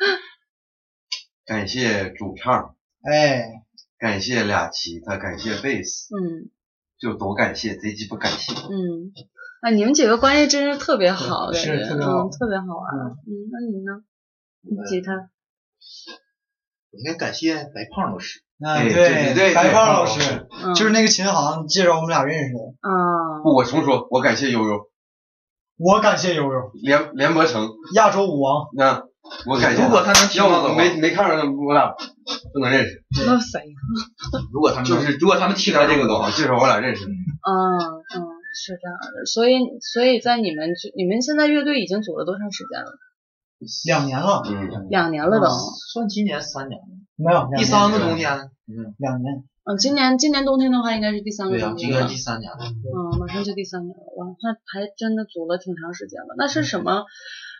Speaker 6: 感谢主唱，
Speaker 3: 哎，
Speaker 6: 感谢俩吉他，感谢贝斯，
Speaker 2: 嗯
Speaker 6: 就都感谢，贼鸡巴感谢。
Speaker 2: 嗯，啊，你们几个关系真是特别好，感
Speaker 3: 是
Speaker 2: 觉
Speaker 3: 特别好
Speaker 2: 嗯特别好玩儿。
Speaker 3: 嗯呃
Speaker 2: 嗯，那你呢？你吉他，
Speaker 4: 我应该感谢白胖老师，
Speaker 3: 啊
Speaker 6: 哎对对对
Speaker 3: 白胖
Speaker 6: 白胖
Speaker 3: 老
Speaker 6: 老师
Speaker 3: 师，
Speaker 2: 嗯，
Speaker 3: 就是那哦个琴行介绍我们俩认识的，
Speaker 2: 啊，
Speaker 6: 不，我重说，我感谢悠悠，
Speaker 3: 我感谢悠悠，
Speaker 6: 连连磨成，
Speaker 3: 亚洲舞王，
Speaker 6: 那我感谢。
Speaker 4: 如果他能听
Speaker 6: 要
Speaker 4: 到的
Speaker 6: 我
Speaker 4: 话
Speaker 6: 没没看着我俩不能认识，
Speaker 2: 那谁呀？
Speaker 4: 如果他们
Speaker 6: 就是
Speaker 4: 如果他们
Speaker 6: 听
Speaker 4: 听到
Speaker 6: 到
Speaker 4: 这
Speaker 6: 这
Speaker 4: 个
Speaker 6: 个
Speaker 4: 的
Speaker 6: 的
Speaker 4: 话
Speaker 6: 话，，至少我俩认识。
Speaker 2: 嗯嗯，是这样的，所以所以在你们你们现在乐队已经组了多长时间了？
Speaker 3: 两年了，
Speaker 6: 嗯，
Speaker 2: 两年了都。
Speaker 4: 算今年三年，
Speaker 3: 没有，
Speaker 4: 第三个冬天，
Speaker 3: 两年，
Speaker 2: 嗯，今年今年冬天的话，应该是第三个
Speaker 4: 对呀
Speaker 2: 冬，
Speaker 4: 今
Speaker 2: 天
Speaker 4: 年
Speaker 2: 了。
Speaker 4: 第三年了。
Speaker 2: 嗯，马上就第三年了，哇，那还真的组了挺长时间了。那是什么？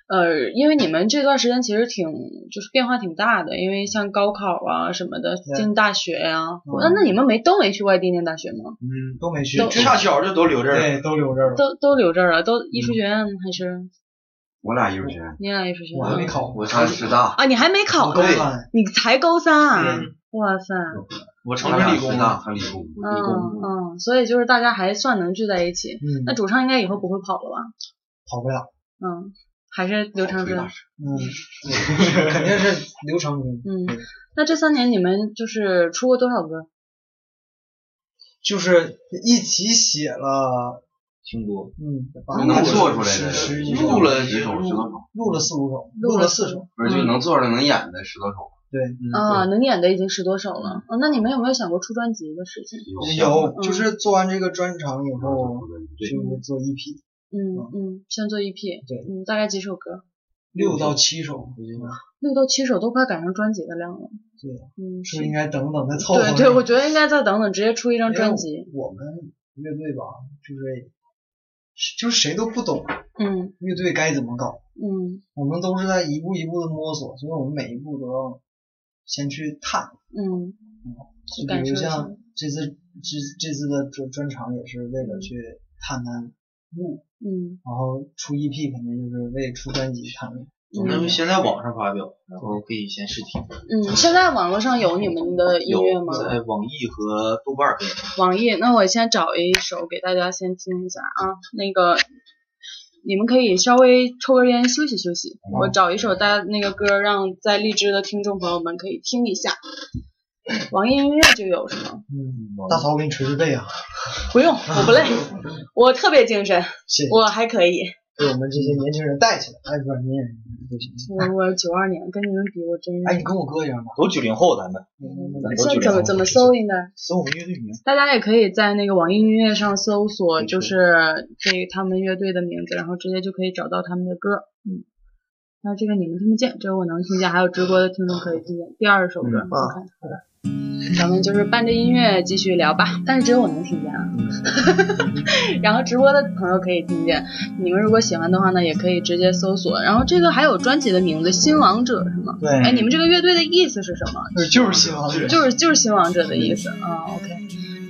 Speaker 2: 呃，因为你们这段时间其实挺就是变化挺大的，因为像高考啊什么的，
Speaker 3: 对
Speaker 2: 进大学呀、那那你们没都没去外地念大学吗？
Speaker 3: 嗯，都没去，
Speaker 2: 都
Speaker 4: 这大小就都留这儿了，
Speaker 3: 对，都留这儿了，
Speaker 2: 都都留这儿了，都艺术学院还是
Speaker 6: 我俩优秀，
Speaker 2: 你俩艺术学
Speaker 3: 我还没
Speaker 2: 院？
Speaker 3: 考，
Speaker 4: 我
Speaker 6: 他
Speaker 4: 承
Speaker 6: 师大，
Speaker 2: 啊，你还没考
Speaker 3: 我高
Speaker 2: 呢？
Speaker 4: 对
Speaker 3: 三，
Speaker 2: 你才高三啊
Speaker 4: 嗯！
Speaker 2: 哇塞，
Speaker 4: 我承
Speaker 6: 他
Speaker 4: 认
Speaker 6: 俩
Speaker 4: 理工
Speaker 6: 师
Speaker 4: 的
Speaker 6: 大，，他理工。
Speaker 2: 嗯嗯，所以就是大家还算能聚在一起。
Speaker 3: 嗯
Speaker 2: 那，主唱应该以后不会跑了吧？
Speaker 3: 跑不了，
Speaker 2: 嗯，还是刘长春。
Speaker 3: 嗯，对肯定是刘长春，
Speaker 2: 嗯，那这三年你们就是出过多少歌？
Speaker 3: 就是一起写了，
Speaker 4: 挺多。
Speaker 3: 嗯，
Speaker 6: 能做出来
Speaker 3: 十
Speaker 6: 的
Speaker 3: 十一
Speaker 4: 录了
Speaker 6: 十首十多首，
Speaker 3: 录了四五首，
Speaker 2: 录了
Speaker 3: 了四
Speaker 2: 首
Speaker 3: 首，嗯
Speaker 6: 不是就能做出来能演的十多首。嗯
Speaker 2: 啊，能演的已经十多首了。啊，那你们有没有想过出专辑的事情？
Speaker 3: 有，
Speaker 2: 嗯
Speaker 3: 就是做完这个专场以后，
Speaker 4: 对
Speaker 3: 就是做 EP，
Speaker 2: 嗯嗯，先做 EP，
Speaker 3: 对
Speaker 2: 嗯，大概几首歌？
Speaker 3: 六
Speaker 2: 嗯
Speaker 3: 到七首，我觉得
Speaker 2: 六到七首都快赶上专辑的量了。
Speaker 3: 对啊，
Speaker 2: 嗯，
Speaker 3: 是不是应该等等再凑合
Speaker 2: 对
Speaker 3: 着。
Speaker 2: 对，我觉得应该再等等，直接出一张
Speaker 3: 因为
Speaker 2: 专辑。
Speaker 3: 我们乐队吧，就是就是谁都不懂
Speaker 2: 嗯
Speaker 3: 乐队该怎么搞，
Speaker 2: 嗯
Speaker 3: 我们都是在一步一步的摸索，所以我们每一步都要先去探。
Speaker 2: 嗯
Speaker 3: 就比
Speaker 2: 感受
Speaker 3: 如
Speaker 2: 一下
Speaker 3: 像这次这这次的专专场也是为了去探探路，
Speaker 2: 嗯
Speaker 3: 然后出 EP 肯定就是为出专辑探路。
Speaker 4: 我们先在网上发表，然后可以先试听。
Speaker 2: 嗯，现在网络上有你们的音
Speaker 4: 有
Speaker 2: 乐吗？
Speaker 4: 在网易和豆瓣儿可以。
Speaker 2: 网易，那我先找一首给大家先听一下啊，那个你们可以稍微抽根烟休息休息，我找一首大家那个歌，让在荔枝的听众朋友们可以听一下。 网易音乐就有是吗？
Speaker 3: 嗯，大曹，我给你捶捶背啊，
Speaker 2: 不 用，我不累，我特别精神，
Speaker 3: 谢谢
Speaker 2: 我还可以。
Speaker 3: 被我们这些年轻人带起来。哎，不是年轻人，对不起。
Speaker 2: 我我九二年，跟你们比，我真
Speaker 3: 哎，
Speaker 2: 是
Speaker 3: 你。跟我哥一样吧？
Speaker 4: 都九零后，咱们
Speaker 2: 嗯现在怎么怎么搜应该？
Speaker 4: 搜我们乐队名。
Speaker 2: 大家也可以在那个网易音乐上搜索，就是这他们乐队的名字，然后直接就可以找到他们的歌。嗯，那这个你们听不见，只有我能听见，还有直播的听众可以听见。第二首歌，
Speaker 3: 嗯
Speaker 2: 我看好的，咱们就是伴着音乐继续聊吧，但是只有我能听见啊。
Speaker 3: 嗯
Speaker 2: 然后直播的朋友可以听见，你们如果喜欢的话呢，也可以直接搜索。然后这个还有专辑的名字《新王者》是吗？
Speaker 3: 对，
Speaker 2: 哎，你们这个乐队的意思是什么？
Speaker 3: 就是就是希望是
Speaker 2: 就是就是新王者的意思啊。OK，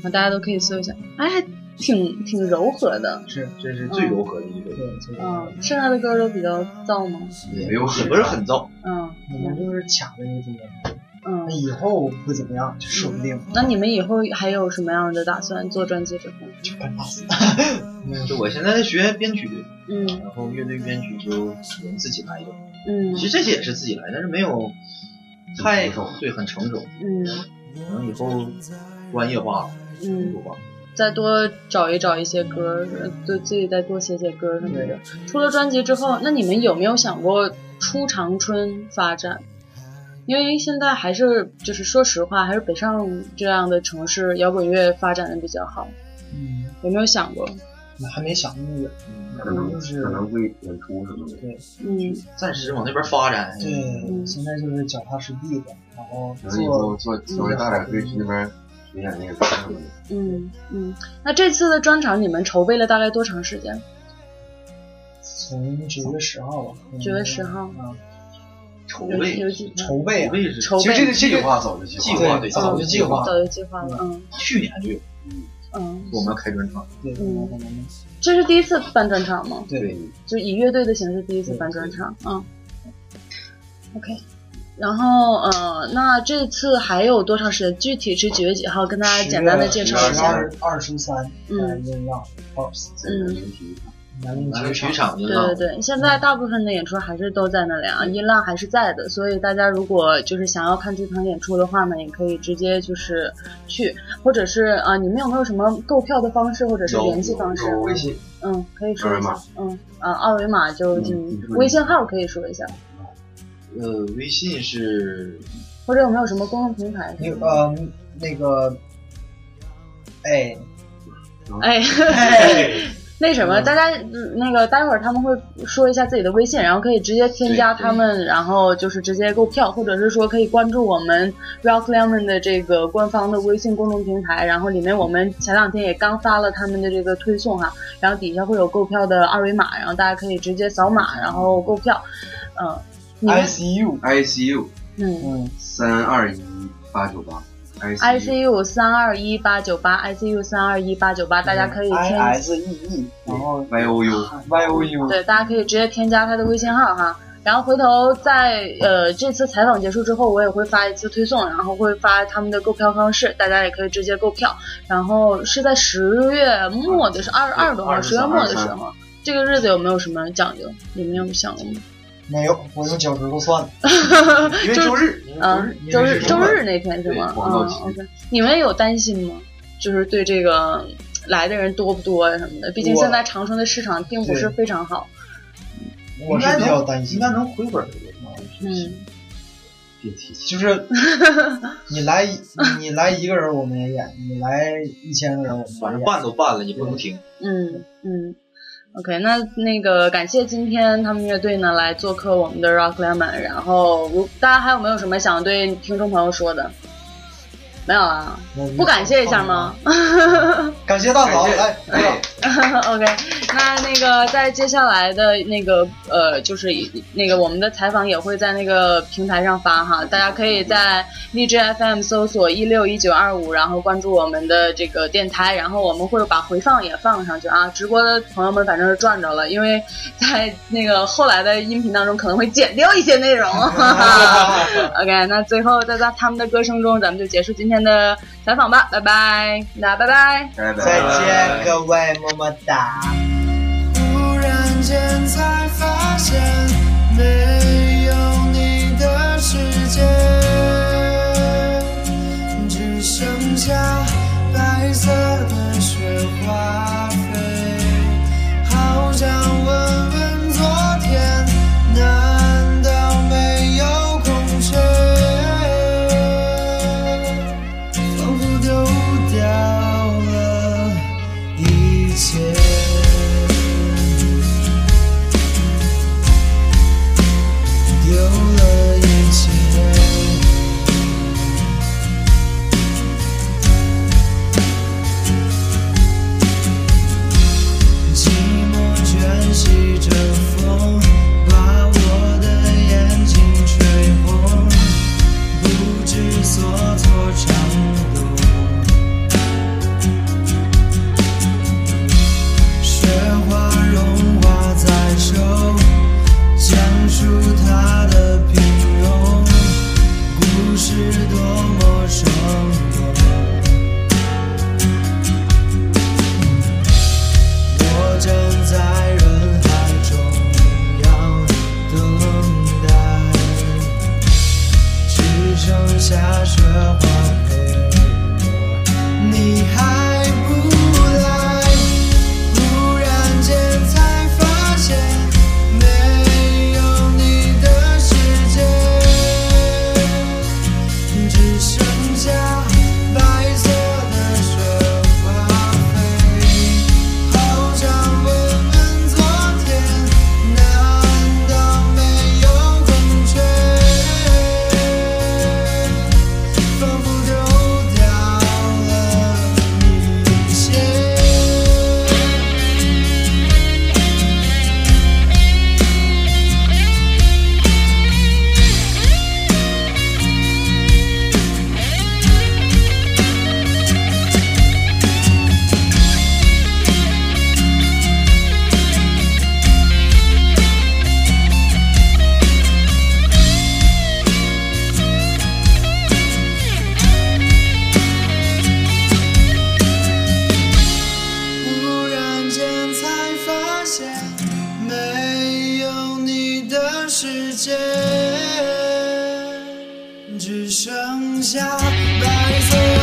Speaker 2: 那大家都可以搜一下，哎，还挺挺柔和的。
Speaker 3: 是
Speaker 4: 这是最柔和的一个，
Speaker 3: 对，对
Speaker 2: 嗯，剩下的歌都比较燥吗？
Speaker 4: 没有很不是很燥。
Speaker 2: 嗯
Speaker 3: 我们就是卡在这中间，那
Speaker 2: 嗯。
Speaker 3: 以后会怎么样，就说不定。
Speaker 2: 那你们以后还有什么样的打算？做专辑之后？
Speaker 3: 就干打死。
Speaker 4: 就我现在在学编曲，
Speaker 2: 嗯
Speaker 4: 然后乐队编曲就我们自己来的。
Speaker 2: 嗯
Speaker 4: 其实这些也是自己来，但是没有太对，很成熟。
Speaker 2: 嗯
Speaker 4: 可能以后专业化了，成熟
Speaker 2: 嗯，
Speaker 4: 化了。
Speaker 2: 再多找一找一些歌，呃对自己再多写写歌什么
Speaker 4: 嗯
Speaker 2: 的。出了专辑之后，那你们有没有想过出长春发展？因为现在还是就是说实话，还是北上这样的城市摇滚乐发展的比较好。
Speaker 3: 嗯，
Speaker 2: 有没有想过？
Speaker 3: 我还没想那么远，
Speaker 6: 可能
Speaker 3: 就是
Speaker 6: 可能会演出什么的。
Speaker 2: 嗯
Speaker 4: 暂时往那边发展。
Speaker 3: 对，现在就是脚踏实地的，然后
Speaker 6: 可能以后
Speaker 3: 做
Speaker 6: 做稍微大点，可以去那边巡演那个歌什么的。
Speaker 2: 嗯嗯。那这次的专场你们筹备了大概多长时间？
Speaker 3: 从九月十号吧，嗯
Speaker 2: 九月十号
Speaker 3: 啊，
Speaker 4: 筹
Speaker 2: 有
Speaker 4: 备
Speaker 2: 有几天？
Speaker 3: 筹备啊，
Speaker 4: 备是
Speaker 2: 筹
Speaker 6: 其实这个
Speaker 2: 备
Speaker 6: 计划早就计
Speaker 4: 计
Speaker 6: 划
Speaker 4: 划
Speaker 6: 了，
Speaker 4: 对，
Speaker 3: 早
Speaker 4: 早
Speaker 3: 就
Speaker 4: 就
Speaker 3: 计
Speaker 4: 计
Speaker 3: 划
Speaker 4: 划，
Speaker 2: 早就计划了。嗯
Speaker 4: 去年就有
Speaker 2: 嗯。
Speaker 4: 我们要开专场。
Speaker 3: 对，可
Speaker 2: 嗯
Speaker 3: 能可能
Speaker 2: 这是第一次办专场吗？
Speaker 3: 对，
Speaker 2: 就以乐队的形式第一次办专场，嗯，OK。然后，呃，那这次还有多长时间？具体是几月几号？跟大家简单的介绍一
Speaker 3: 十
Speaker 2: 下。
Speaker 3: 二二十三，
Speaker 2: 嗯
Speaker 3: 在音浪 box
Speaker 6: 在人民体育场
Speaker 3: 南宁
Speaker 4: 咱们
Speaker 3: 体
Speaker 4: 体育
Speaker 3: 育
Speaker 4: 场就
Speaker 2: 对
Speaker 4: 浪
Speaker 2: 对，对，现在大部分的演出还是都在那里
Speaker 6: 嗯
Speaker 2: 啊，音浪还是在的，所以大家如果就是想要看这场演出的话呢，也可以直接就是去，或者是啊、你们有没有什么购票的方式或者是
Speaker 6: 有
Speaker 2: 联系方式？
Speaker 6: 有微信，
Speaker 2: 嗯，可以说
Speaker 6: 二
Speaker 2: 一
Speaker 6: 维
Speaker 2: 下
Speaker 6: 码。
Speaker 2: 嗯，啊，二维码就嗯
Speaker 6: 你说，一下
Speaker 2: 微信号可以说一下，
Speaker 4: 呃，微信是
Speaker 2: 或者有没有什么公众平台？
Speaker 3: 那呃那个，哎，
Speaker 2: 哎， 那什么，大家嗯那个待会儿他们会说一下自己的微信，然后可以直接添加他们，然后就是直接购票，或者是说可以关注我们 Rock Lemon 的这个官方的微信公众平台，然后里面我们前两天也刚发了他们的这个推送哈，然后底下会有购票的二维码，然后大家可以直接扫码然后购票，嗯、你们
Speaker 3: ICU，
Speaker 6: ICU
Speaker 2: 嗯。
Speaker 3: 嗯，
Speaker 6: 三二一八九八
Speaker 2: ICU 三二一八九八，ICU 三二一八九八，
Speaker 6: 嗯
Speaker 2: 大家可以添
Speaker 3: I S E E，然后
Speaker 6: YOU
Speaker 3: Y O U，
Speaker 2: 对，大家可以直接添加他的微信号哈。然后回头在呃这次采访结束之后，我也会发一次推送，然后会发他们的购票方式，大家也可以直接购票。然后是在十月末的是二二十多号，
Speaker 6: 啊二
Speaker 2: 十
Speaker 6: 十
Speaker 2: 月
Speaker 6: 三
Speaker 2: 末的时
Speaker 6: 二十
Speaker 2: 候，这个日子有没有什么讲究？你们有没有想过吗？
Speaker 3: 没有，我用脚趾头算的，
Speaker 4: 因为周日，
Speaker 6: 嗯
Speaker 4: 因为
Speaker 2: 啊，
Speaker 4: 因
Speaker 2: 周
Speaker 4: 为
Speaker 2: 日
Speaker 4: 是
Speaker 2: 周
Speaker 4: 晚
Speaker 2: 日那天是吗？
Speaker 6: 对黄道
Speaker 2: 啊
Speaker 6: 吉
Speaker 2: ，OK。你们有担心吗？就是对这个来的人多不多呀什么的？毕竟
Speaker 3: 多
Speaker 2: 现在长春的市场并不是非常好。
Speaker 3: 我是比较担心，
Speaker 4: 应该能回本儿。
Speaker 2: 嗯，
Speaker 8: 别提起。
Speaker 6: 就是你来你来一个人我们也演，你来一千个人我们
Speaker 4: 反正
Speaker 6: 也演。
Speaker 4: 办都办了，也不能停。
Speaker 2: 嗯嗯，OK，那那个感谢今天他们乐队呢来做客我们的 Rock Lemon，然后如大家还有没有什么想对听众朋友说的？没有啊，
Speaker 6: 我们
Speaker 2: 不感谢一下吗？
Speaker 6: 感谢大嫂，
Speaker 4: 感谢哎
Speaker 6: 来，鼓掌
Speaker 2: OK，那那个在接下来的那个呃，就是以那个我们的采访也会在那个平台上发哈，大家可以在荔枝 FM 搜索一六一九二五，然后关注我们的这个电台，然后我们会把回放也放上去啊。直播的朋友们反正是赚着了，因为在那个后来的音频当中可能会剪掉一些内容。 哈哈 OK，那最后在在他们的歌声中，咱们就结束今天的采访吧，拜拜，那拜拜。
Speaker 9: 拜拜
Speaker 6: 再见各位，么么哒。
Speaker 3: 突然间才发现，没有你的世界，只剩下白色的雪花飞。好想问问昨天，难道没有空缺？仿佛丢掉了一切。丢了一切。寂寞卷起着风，把我的眼睛吹红，不知所措颤抖。雪花融化在手，讲述它的平庸，故事多么生动。我站在人海中央等待，只剩下雪花陪我，你还不来。突然间才发现，没有你的世界，只剩下白色的雪花飞。好想问问昨天，难道没有空缺？仿佛丢掉了一切。忽然间才发现，没有你的世界，只剩下白色。